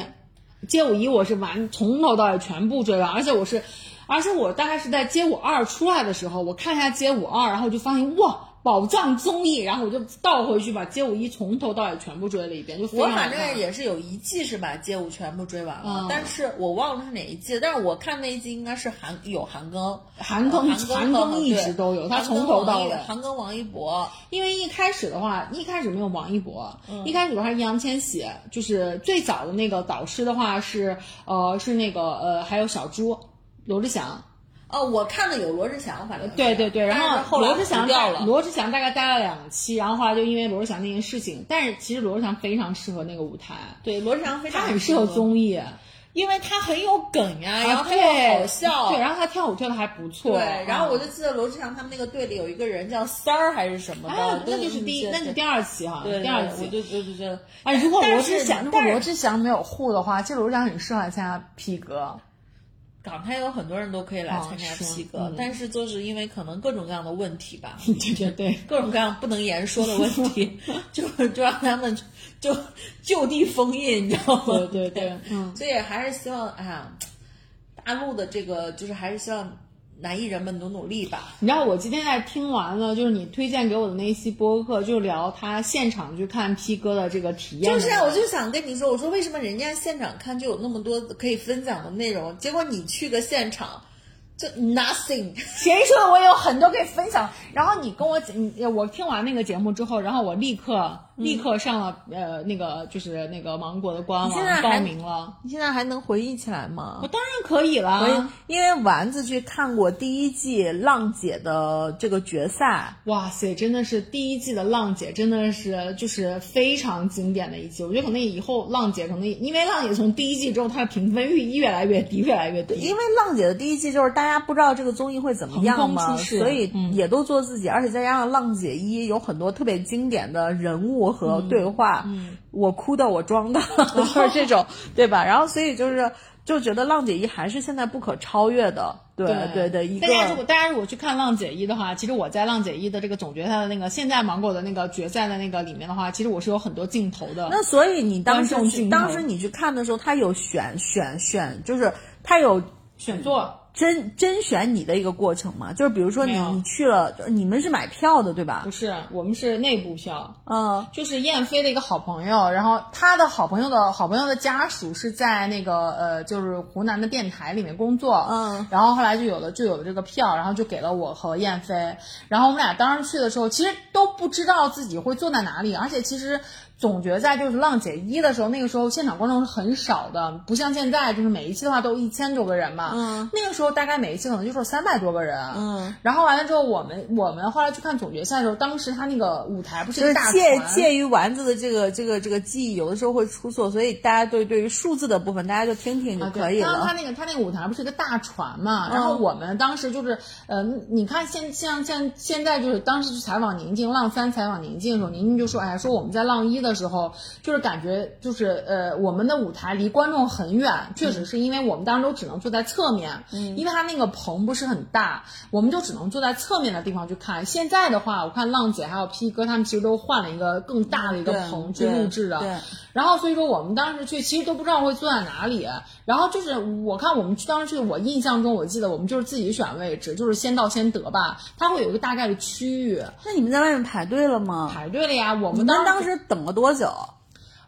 街舞一我是完从头到尾全部追完，而且我是，而且我大概是在街舞二出来的时候，我看一下街舞二，然后我就发现哇。宝藏综艺，然后我就倒回去把街舞一从头到尾全部追了一遍，就非
我
常好
反正
看
也是有一季是把街舞全部追完了，
嗯
但是我忘了是哪一季，但是我看那一季应该是韩有韩庚，
韩庚
韩
韩
庚
庚一直都有他从头到尾
韩庚王一博，
因为一开始的话，一开始没有王一博，
嗯
一开始的话是易烊千玺，就是最早的那个导师的话是呃是那个呃还有小猪罗志祥，
哦，我看的有罗志祥，反正是
对对对，然
但是
后
后来
罗志祥
糊掉
大
了，
罗志祥大概待了两期，然后后来就因为罗志祥那件事情，但是其实罗志祥非常适合那个舞台，
对罗志祥非常
他很适合综艺，啊
因为他很有梗哎呀，然后他又
对
好笑，
对，然后他跳舞跳的还不错，啊
对，然后我
就
就记得罗志祥他们那个队里有一个人叫三儿还是什么的，
啊，
都
那就是第一，
对
那就第二期哈，
嗯对，
第二
对我
期。
就我就觉得，
哎，如果
但
罗
是
志祥，如果
但是
罗志祥没有护的话，其实罗志祥很适合来参加 P 哥。
港台有很多人都可以来参加
哦是
七哥，
嗯
但是就是因为可能各种各样的问题吧，
对对对，
各种各样不能言说的问 题，就就让他们就就地封印，你知道吗？
对对对， 嗯，
所以还是希望哎呀，大陆的这个就是还是希望男艺人们努努力吧。
你知道我今天在听完了，就是你推荐给我的那一期播客，就聊他现场去看 P 哥的这个体验。
就是啊，我就想跟你说，我说为什么人家现场看就有那么多可以分享的内容，结果你去个现场就 nothing，
谁说我有很多可以分享？然后你跟我讲，你我听完那个节目之后，然后我立刻立刻上了呃那个就是那个芒果的官
你现
网
在还
报名了。
你现在还能回忆起来吗
我？当然嗯可以啦
所以，因为丸子去看过第一季《浪姐》的这个决赛，
哇塞，真的是第一季的浪姐，真的是就是非常经典的一季。我觉得可能以后浪姐可能因为浪姐从第一季之后，她的评分越越来越低，越来越低
因。为《浪姐》的第一季就是大家不知道这个综艺会怎么样
横
嘛，
空出世嗯
所以也都做自己，而且再加上《浪姐一》有很多特别经典的人物和
嗯
对话，我哭的我装 的，就是这种，对吧？然后所以就是就觉得《浪姐一》还是现在不可超越的，对对的一个
大。家如果大家如果去看《浪姐一》的话，其实我在《浪姐一》的这个总决赛的那个现在芒果的那个决赛的那个里面的话，其实我是有很多镜头的。
那所以你当
观
时
众
去
镜头
当时你去看的时候，他有选选选，就是他有
选座
甄甄选你的一个过程吗？就是比如说你
没有
你去了，你们是买票的对吧
不？是，我们是内部票，
嗯，
就是燕飞的一个好朋友，然后他的好朋友的好朋友的家属是在那个呃，就是湖南的电台里面工作，
嗯，
然后后来就有了就有了这个票，然后就给了我和燕飞，然后我们俩当时去的时候，其实都不知道自己会坐在哪里，而且其实总决赛就是浪姐一的时候，那个时候现场观众是很少的，不像现在，就是每一期的话都一千多个人嘛。
嗯，
那个时候大概每一期可能就是三百多个人。
嗯，
然后完了之后，我们我们后来去看总决赛的时候，当时他那个舞台不是一
就是
个大
介
船
介于丸子的这个这个这个记忆，有的时候会出错，所以大家对对于数字的部分，大家就听听就
啊，对
可以
当
了。嗯
然他那个他那个舞台不是一个大船嘛，然后我们当时就是，呃，你看现像像现在就是当时去采访宁静，浪三采访宁静的时候，宁静就说，哎，说我们在浪一的时候，就是感觉就是呃，我们的舞台离观众很远，确
嗯
实是因为我们当时都只能坐在侧面，因为他那个棚不是很大，我们就只能坐在侧面的地方去看。现在的话，我看浪姐还有 P 哥他们其实都换了一个更大的一个
嗯对
棚去
对
录制啊的，
对
然后所以说我们当时去，其实都不知道会坐在哪里。啊然后就是我看我们去当时去，我印象中我记得我们就是自己选位置，就是先到先得吧。它会有一个大概的区域，
那你们在外面排队了吗？
排队了呀。我
你
们
们
当
当时等了多久？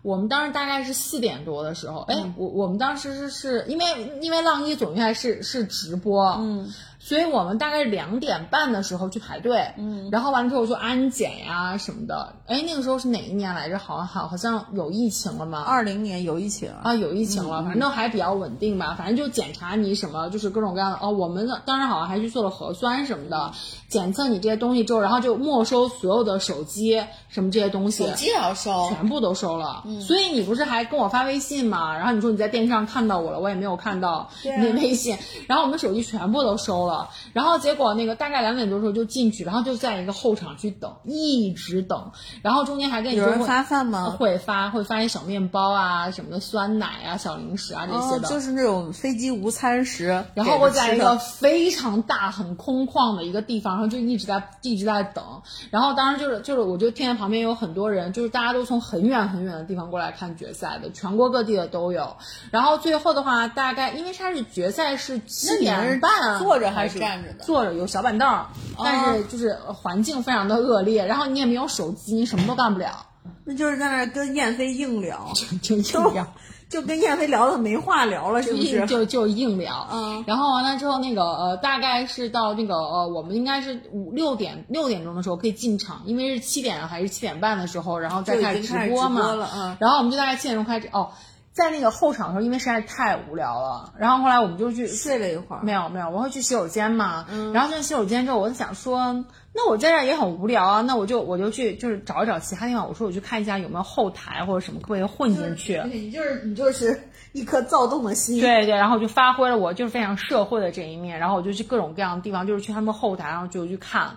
我们当时大概是四点多的时候，哎，我我们当时是是因为因为浪一总决赛是是直播，嗯，所以我们大概两点半的时候去排队，嗯，然后完了之后就安检呀、什么的，哎，那个时候是哪一年来着？好像好好像有疫情了吗？
二零年有疫情，
啊，有疫情
嗯
了，反正还比较稳定吧。反正就检查你什么，就是各种各样的。哦，我们的当时好像还去做了核酸什么
嗯
的，检测你这些东西之后，然后就没收所有的手机什么这些东西，
手机也要收，
全部都收了。
嗯
所以你不是还跟我发微信吗？然后你说你在电视上看到我了，我也没有看到
啊
你的微信。然后我们手机全部都收了，然后结果那个大概两点多的时候就进去，然后就在一个后场去等，一直等，然后中间还跟你
有
说
人
过
发饭吗？
会发会发一些小面包啊，什么的酸奶啊、小零食啊这些
哦
的。，
就是那种飞机无餐食。
然后我
给着
在
吃
一
的
个非常大、很空旷的一个地方，然后就一直在一直在等。然后当时就是就是，我就听见旁边有很多人，就是大家都从很远很远的地方过来看决赛的，全国各地的都有。然后最后的话，大概因为它是决赛是七点半啊，
坐着还是站着的？
坐着有小板凳儿，但是就是环境非常的恶劣，然后你也没有手机，你什么都干不了。
那就是在那儿跟燕飞硬聊，
就
都
硬要
就跟燕飞聊的没话聊了，是
就
不是
硬？就就硬聊，
嗯，
然后完了之后，那个呃，大概是到那个呃，我们应该是五六点六点钟的时候可以进场，因为是七点还是七点半的时候，然后再
就已
开始
经开
直
始
播
直
嘛，
播了嗯
然后我们就大概七点钟开始哦，在那个后场的时候，因为实在是太无聊了，然后后来我们就去
睡了一会儿
没，有没有，我会去洗手间嘛。
嗯
然后进洗手间之后，我就想说，那我在这儿也很无聊啊，那我就我就去就是找一找其他地方，我说我去看一下有没有后台或者什么，可不可以混进去。
你就是你就是一颗躁动的心，
对对，然后就发挥了我就是非常社会的这一面，然后我就去各种各样的地方，就是去他们后台，然后就去看，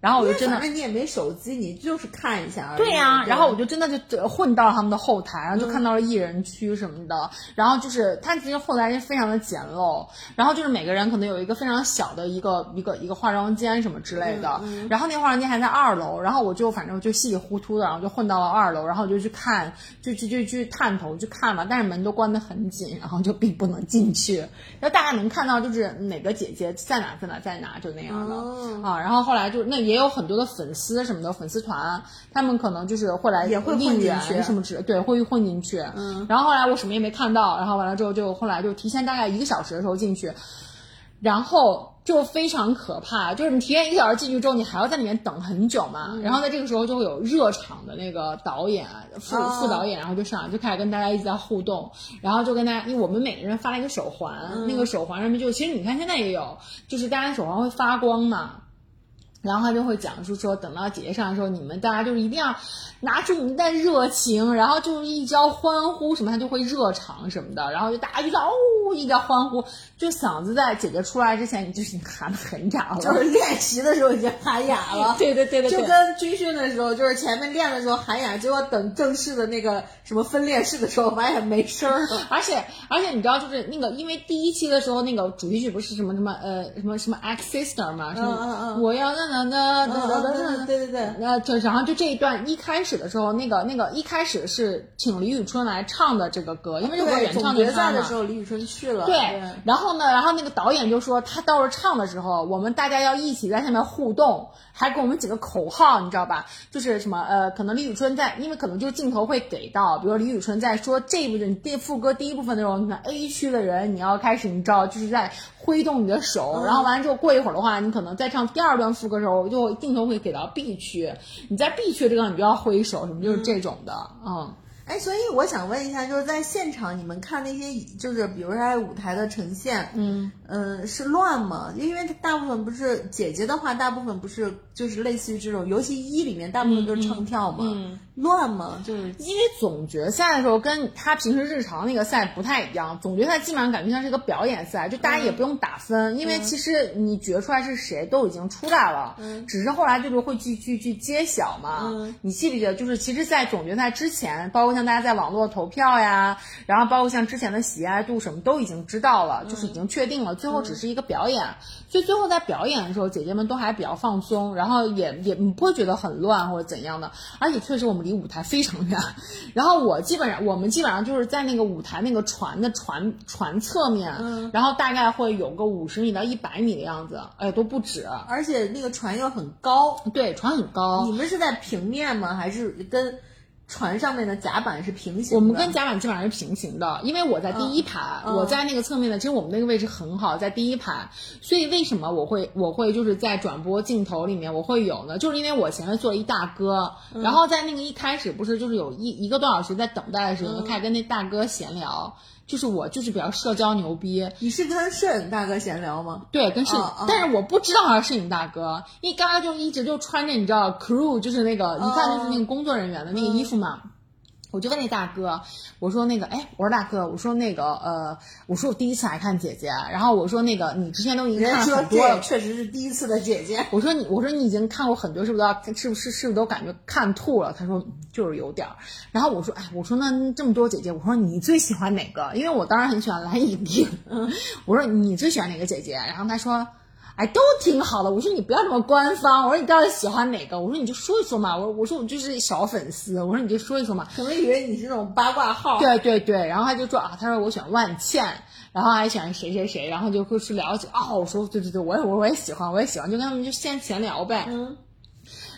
然后我就真的
反。正你也没手机，你就是看一
啊
下而已。
对呀、然后我
就
就真的就呃混到了他们的后台，然后就看到了艺人区什么的，然后就是他其实后台是非常的简陋，然后就是每个人可能有一个非常小的一个一个一个化妆间什么之类的，然后那个化妆间还在二楼，然后我就反正就稀里糊涂的，然后就混到了二楼，然后就去看，就就就去探头去看嘛，但是门都关得很紧，然后就并不能进去，然后大概能看到就是哪个姐姐在哪在哪在哪就那样的。
嗯
啊，然后后来就那也有很多的粉丝什么的粉丝团，他们可能就是会来
也会混
应
进
援
去
什么之对，会混进去。嗯，然后后来我什么也没看到，然后完了之后就后来就提前大概一个小时的时候进去，然后就非常可怕，就是你提前一个小时进去之后，你还要在里面等很久嘛。
嗯
然后在这个时候就会有热场的那个导演副、
哦
副导演，然后就上来就开始跟大家一直在互动，然后就跟大家，因为我们每个人发了一个手环，
嗯
那个手环上面就其实你看现在也有，就是大家的手环会发光嘛。然后他就会讲述说，等到姐姐上的时候，你们大家就是一定要拿出你们的热情，然后就是一直要欢呼什么，他就会热场什么的，然后就大家就在哦一直在欢呼，就嗓子在姐姐出来之前，你就是已经喊得很哑了，。
就是练习的时候已经喊哑了
对对对对对，
就跟军训的时候，就是前面练的时候喊哑，结果等正式的那个什么分列式的时候，发现没声儿 了。
而且而且你知道，就是那个，因为第一期的时候，那个主题曲不是什么什么呃什么什么 X Sister 嘛，什么、
嗯嗯
我要那那那那那那那，
对对对
那就然后就这一段一开始的时候，那个那个一开始是请李宇春来唱的这个歌，因为这个
对，
原
总
唱
决
是她
赛的
嘛
时候，李宇春去了。
对，
嗯
然后呢，然后那个导演就说，他到时候唱的时候，我们大家要一起在下面互动，还给我们几个口号，你知道吧？就是什么呃，可能李宇春在，因为可能就是镜头会给到，比如李宇春在说这一部分第副歌第一部分的时候，那 A 区的人你要开始，你知道，就是在挥动你的手，然后完了之后过一会儿的话，你可能在唱第二段副歌的时候。的时候，我就镜头会给到 B 区，你在 B 区这个你就要挥手，什么就是这种的，嗯。
哎，所以我想问一下，就是在现场你们看那些，就是比如说在舞台的呈现，嗯是乱吗？因为大部分不是姐姐的话，大部分不是就是类似于这种，尤其一里面大部分
嗯
都是唱跳嘛，乱吗？就是
因为总决赛的时候跟他平时日常那个赛不太一样，总决赛基本上感觉像是一个表演赛，就大家
嗯
也不用打分，因为其实你决出来是谁都已经出来了，
嗯
只是后来就是会去去去揭晓嘛。你记不记得？就是其实，在总决赛之前，包括像大家在网络投票呀，然后包括像之前的喜爱度什么，都已经知道了，
嗯
就是已经确定了，最后只是一个表演。所以最后在表演的时候，姐姐们都还比较放松，然后也也你不会觉得很乱或者怎样的。而且确实我们离舞台非常远，然后我基本上我们基本上就是在那个舞台那个船的船船侧面，然后大概会有个五十米到一百米的样子，哎都不止。
而且那个船又很高，
对，船很高，
你们是在平面吗？还是跟船上面的甲板是平行的？
我们跟甲板基本上是平行的，因为我在第一排，
嗯
我在那个侧面的，其实我们那个位置很好，在第一排，所以为什么我会我会就是在转播镜头里面我会有呢？就是因为我前面坐了一大哥，
嗯
然后在那个一开始不是就是有一一个多小时在等待的时候，
嗯
就开始跟那大哥闲聊，就是我就是比较社交牛逼，
你是跟摄影大哥闲聊吗？
对，跟摄影，
哦哦
但是我不知道他是摄影大哥，因为刚才就一直就穿着你知道 crew 就是那个、
哦
一看就是那个工作人员的那个衣服嘛。
嗯
我就问那大哥，我说那个，哎，我说大哥，我说那个，呃，我说我第一次来看姐姐，然后我说那个，你之前都已经
人家
看了
说
很
这
多了
也，确实是第一次的姐姐，
我说你，我说你已经看过很多，是不是都要是不是是不是都感觉看吐了？他说就是有点儿。然后我说，哎，我说那这么多姐姐，我说你最喜欢哪个？因为我当然很喜欢蓝影帝。 我说你最喜欢哪个姐姐？然后他说。哎，都挺好的。我说你不要这么官方。我说你到底喜欢哪个？我说你就说一说嘛。我说我说我就是小粉丝。我说你就说一说嘛。
可能以为你是那种八卦号。
对对对，然后他就说啊，他说我选万茜，然后还选谁谁谁，然后就会去了解啊、我说对对对，我也我我也喜欢，我也喜欢，就跟他们就先闲聊呗。嗯。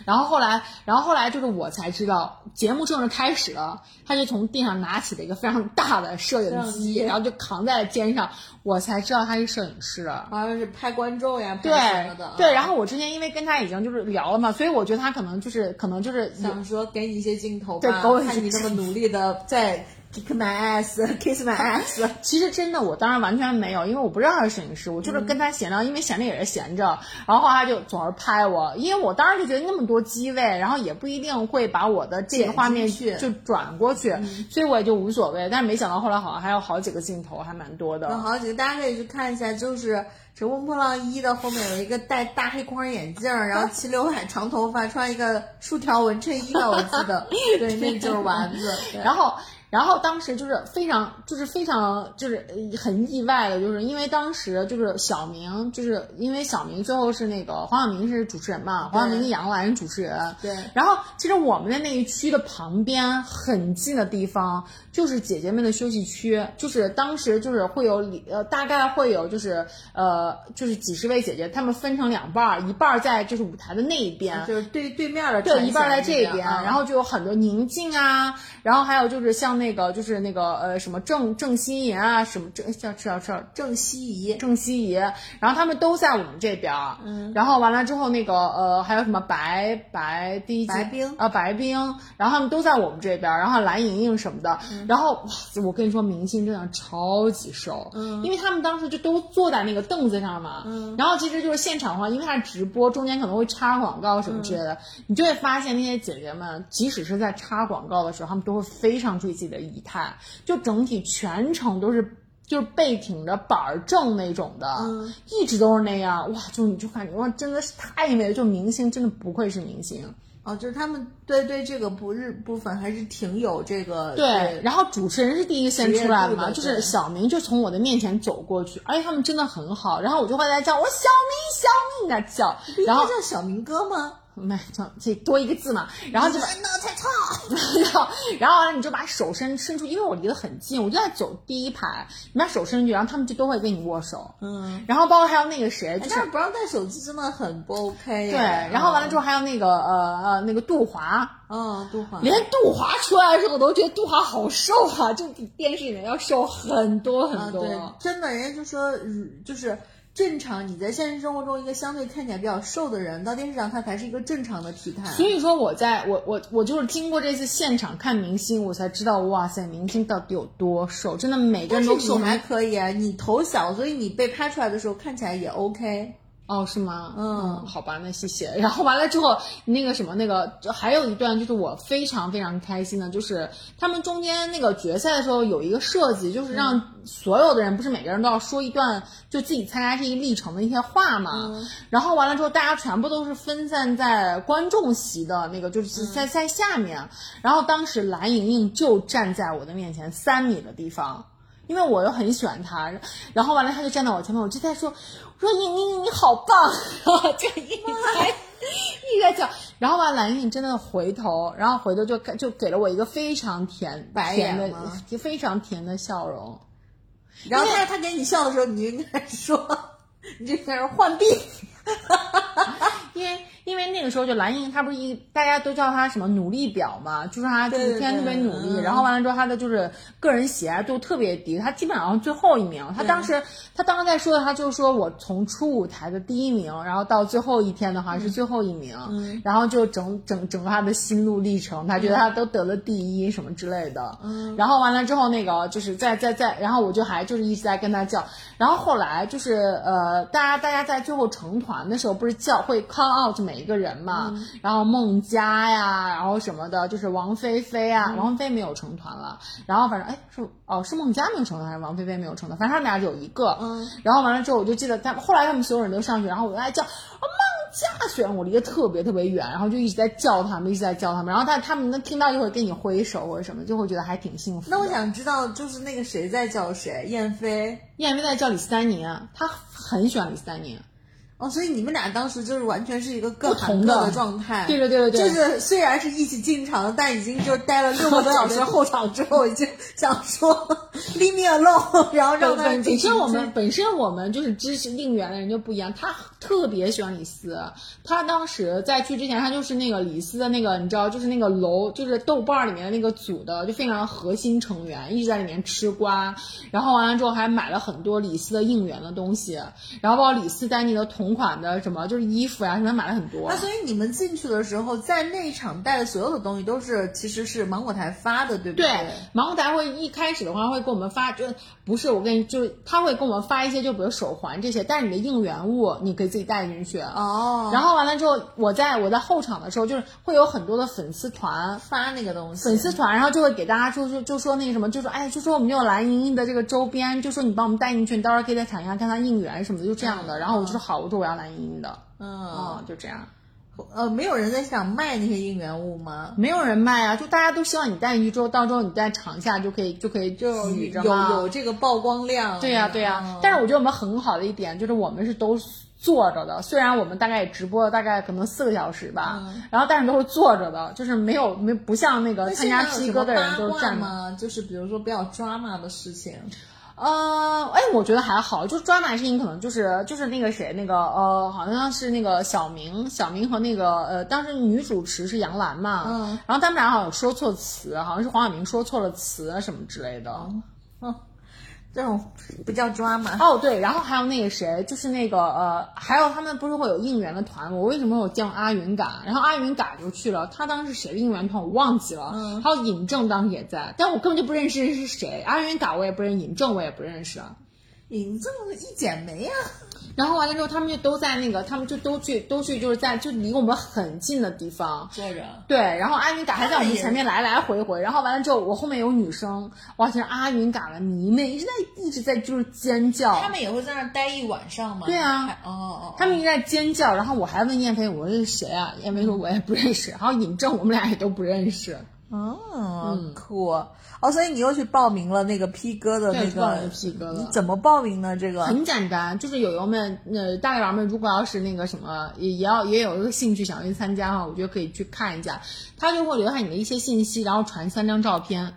然后后来，然后后来就是我才知道，节目正式开始了，他就从地上拿起了一个非常大的摄影机，然后就扛在了肩上，我才知道他是摄影师。
好像是拍观众呀，
对
拍什么的啊。
对，然后我之前因为跟他已经就是聊了嘛，所以我觉得他可能就是可能就是有
想说给你一些镜头吧，
对给我一些
看你那么努力的在 kick my ass，kiss my ass。
其实真的，我当然完全没有，因为我不知道他是摄影师，我就是跟他闲聊，因为闲着也是闲
嗯
着，然后他就总是拍我，因为我当时就觉得那么多机位，然后也不一定会把我的这个画面
进去嗯
就转过去，所以我也就无所谓。但是没想到后来好像还有好几个镜头，还蛮多的。
有好几个，大家可以去看一下，就是《乘风破浪一》的后面有一个戴大黑框眼镜，然后齐刘海、长头发，穿一个竖条纹衬衣的，我记 得，对，那就是丸子。对
然后，然后当时就是非常，就是非常，就是呃很意外的，就是因为当时就是小明，就是因为小明最后是那个黄晓明是主持人嘛，黄晓明跟杨澜是主持人。
对
然后，其实我们的那一区的旁边很近的地方，就是姐姐们的休息区，就是当时就是会有里呃，大概会有就是呃，就是几十位姐姐，她们分成两半儿，一半儿在就是舞台的那一边，
嗯就是对对面的
对，
传
一半儿在
来
这
边
边，
啊，
然后就有很多宁静啊，然后还有就是像那个就是那个呃什么郑郑希妍啊，什么郑叫叫叫
郑希怡，
郑希怡，然后他们都在我们这边，嗯，然后完了之后那个呃还有什么白白第一季
白冰
啊、白冰，然后他们都在我们这边，然后蓝莹莹什么的，然后哇，我跟你说明星真的超级瘦，嗯，因为他们当时就都坐在那个凳子上嘛，嗯，然后其实就是现场的话，因为它是直播，中间可能会插广告什么之类的，你就会发现那些姐姐们，即使是在插广告的时候，她们都会非常注意自己的仪态，就整体全程都是。就是背挺着板儿正那种的，一直都是那样，哇！就你就感觉哇，真的是太美了，就明星真的不愧是明星，
哦，就是他们对对这个不日部分还是挺有这个
对，然后主持人是第一个先出来的嘛，
职业度的
就是
对
小明就从我的面前走过去，哎而且他们真的很好，然后我就会在叫我小明小明在叫，然后
不应该叫小明哥吗？
没就这多一个字嘛，然啊后就把
脑袋臭，
然后然后你就把手伸伸出，因为我离得很近，我就在走第一排，你把手伸进去，然后他们就都会跟你握手，
嗯，
然后包括还有那个谁，就是
哎但是不啊让带手机真的很不 OK 耶。
对，然后完了之后还有那个呃呃那个杜华，
嗯，杜华，
连杜华出来的时候，我都觉得杜华好瘦啊，就比电视里面要瘦很多
啊，
很多。
对，真的，人家就说，嗯就是正常你在现实生活中一个相对看起来比较瘦的人到电视上，他才是一个正常的体态。
所以说我在我我我就是经过这次现场看明星，我才知道哇塞，明星到底有多瘦，真的每个
但
人
是
都
你
瘦还
还可以啊，你头小，所以你被拍出来的时候看起来也 OK。
哦，是吗？
嗯
好吧，那谢谢。然后完了之后，那个什么，那个就还有一段就是我非常非常开心的，就是他们中间那个决赛的时候有一个设计，就是让所有的人，不是每个人都要说一段就自己参加这一历程的一些话嘛。然后完了之后，大家全部都是分散在观众席的那个，就是在在下面。然后当时蓝莹莹就站在我的面前三米的地方。因为我又很喜欢他，然后完了他就站在我前面，我就在说，我说你你你好棒，然后 就 一直在一直在讲，然后完了蓝莹真的回头，然后回头就看就给了我一个非常甜
白眼
甜的
吗
就非常甜的笑容，
然后他他给你笑的时候，你就应该说， 你就应该说浣碧。
因为因为那个时候就蓝莹她不是一大家都叫她什么努力婊嘛，就是她就
对
是
对嗯
天天特别努力，然后完了之后她的就是个人喜爱度特别低，她基本上最后一名。她当时她当时在说的，她就说我从初舞台的第一名，然后到最后一天的话
嗯
是最后一名，然后就整整整个她的心路历程，她觉
嗯
得她都得了第一什么之类的。然后完了之后那个就是在在在，然后我就还就是一直在跟她叫，然后后来就是呃，大家大家在最后成团的时候，不是叫会 call out 每一个人嘛？然后孟佳呀，然后什么的，就是王菲菲啊，王菲菲没有成团了。然后反正哎是哦是孟佳没有成团还是王菲菲没有成团？反正他们俩有一个。嗯。然后完了之后，我就记得他们后来他们所有人都上去，然后我在叫啊孟佳，虽然我离得特别特别远，然后就一直在叫他们，一直在叫他们。然后但他们能听到就会跟你挥手或者什么，就会觉得还挺幸福的。
那我想知道，就是那个谁在叫谁？燕飞。
燕飞在叫李斯丹妮啊，她很喜欢李斯丹妮。啊
哦，所以你们俩当时就是完全是一个各
不
喊
同
各
的
的状态，
对对对对对
就是虽然是一起进场，但已经就待了六个 多小时，后场之后已经想说 leave me alone，然后让
本
他
本
自己
本身我们
去
本身我们就是支持应援的人就不一样，他特别喜欢李斯，他当时在去之前，他就是那个李斯的那个，你知道，就是那个楼，就是豆瓣儿里面的那个组的，就非常核心成员，一直在里面吃瓜，然后完了之后还买了很多李斯的应援的东西，然后包括李斯丹妮的同款的什么，就是衣服呀、什么，买了很多
那。所以你们进去的时候，在那一场带的所有的东西都是其实是芒果台发的，对不
对，芒果台会一开始的话会给我们发，就不是我跟你，就是他会给我们发一些，就比如手环这些，但是你的应援物你可以自己带进去。啊
哦，
然后完了之后，我在我在后场的时候，就是会有很多的粉丝团。
发那个东西，
粉丝团，然后就会给大家就就就说那个什么，就说哎，就说我们有蓝莹莹的这个周边，就说你帮我们带进去，你到时候可以在场上看她应援什么的，就这样的。然后我就说好，我说我要蓝莹莹的，
嗯，
嗯，就这样。
呃，没有人在想卖那些应援物吗？
没有人卖啊，就大家都希望你带进去之后，到时候你在场下就可以就可以就
有
举着嘛
有这个曝光量，
对呀、对呀、
嗯
但是我觉得我们很好的一点就是我们是都坐着的，虽然我们大概也直播了大概可能四个小时吧，然后但是都是坐着的，就是没有没不像那个
嗯那
参
现
加
在有
P
什
哥
么
的人
八
都是
卦
站着。
吗？就是比如说比较抓马的事情，
呃，哎，我觉得还好，就是抓马的事情可能就是就是那个谁那个呃，好像是那个小明，小明和那个呃，当时女主持是杨澜嘛，
嗯
然后他们俩好像有说错词，好像是黄晓明说错了词啊什么之类的。
哦这种不叫抓 马。
哦，对，然后还有那个谁，就是那个呃，还有他们不是会有应援的团吗？我为什么有见过阿云嘎？然后阿云嘎就去了，他当时谁的应援团我忘记了。
嗯
还有尹正当时也在，但我根本就不认识是谁，阿云嘎我也不认，尹正我也不认识。啊
尹正一剪梅啊，
然后完了之后，他们就都在那个，他们就都去都去就是在就离我们很近的地方，
坐
哦
着，
对，然后阿云嘎还在我们前面来来回回，然后完了之后，我后面有女生，哇，就是阿云嘎的迷妹，一直在一直在就是尖叫，
他们也会在那儿待一晚上吗？
对啊
还，哦哦
他们一直在尖叫，然后我还问燕飞，我说是谁啊？燕飞说我也不认识，然后尹正我们俩也都不认识。
嗯，酷哦，所以你又去报名了那个 P 哥的那
对去报
个
名 P 哥了
你怎么报名呢？这个
很简单，嗯就是友友们，呃，大佬们，如果要是那个什么，也也要也有一个兴趣想去参加的话，我觉得可以去看一下，他就会留下你的一些信息，然后传三张照片。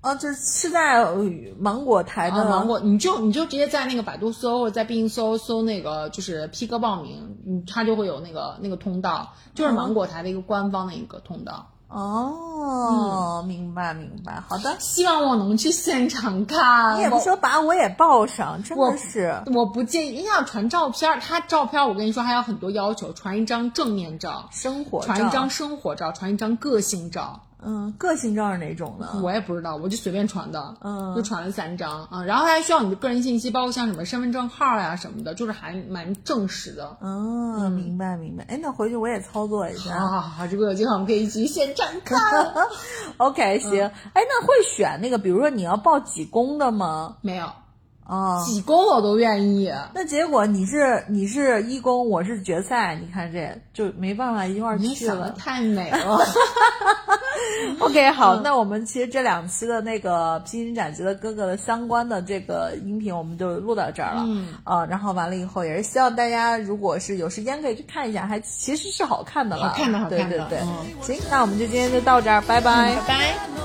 哦，就是是在呃芒果台的
啊，芒果，你就你就直接在那个百度搜或者在必应搜搜那个就是 P 嗯哥报名，嗯，它就会有那个那个通道，就是芒果台的一个官方的一个通道。
哦，
嗯
明白明白，好的。
希望我能去现场看。
你也不说把我也报上，真
我
的是。
我不建议，一定要传照片儿。他照片儿，我跟你说还有很多要求，传一张正面照，
生活照
传一张，生活照，传一张个性照。
嗯，个性照是哪种呢？
我也不知道，我就随便传的，
嗯
就传了三张啊、然后还需要你的个人信息，包括像什么身份证号呀、什么的，就是还蛮正式的。
嗯，明白明白。哎，那回去我也操作一下。
啊，如果有机会，我们可以去现场看。 嗯
OK，行。哎，那会选那个，比如说你要报几公的吗？
没有
啊、
几公我都愿意，
那结果你是你是一公，我是决赛，你看这就没办法一块儿
你
去
想的
了。
太美了。
OK，好，
嗯
那我们其实这两期的那个披荆斩棘的哥哥的相关的这个音频，我们就录到这儿了。
嗯，
啊、然后完了以后，也是希望大家如果是有时间可以去看一下，还其实是好看的啦，
好看的好看的
对对对。
嗯
行，那我们就今天就到这儿，拜拜
拜拜。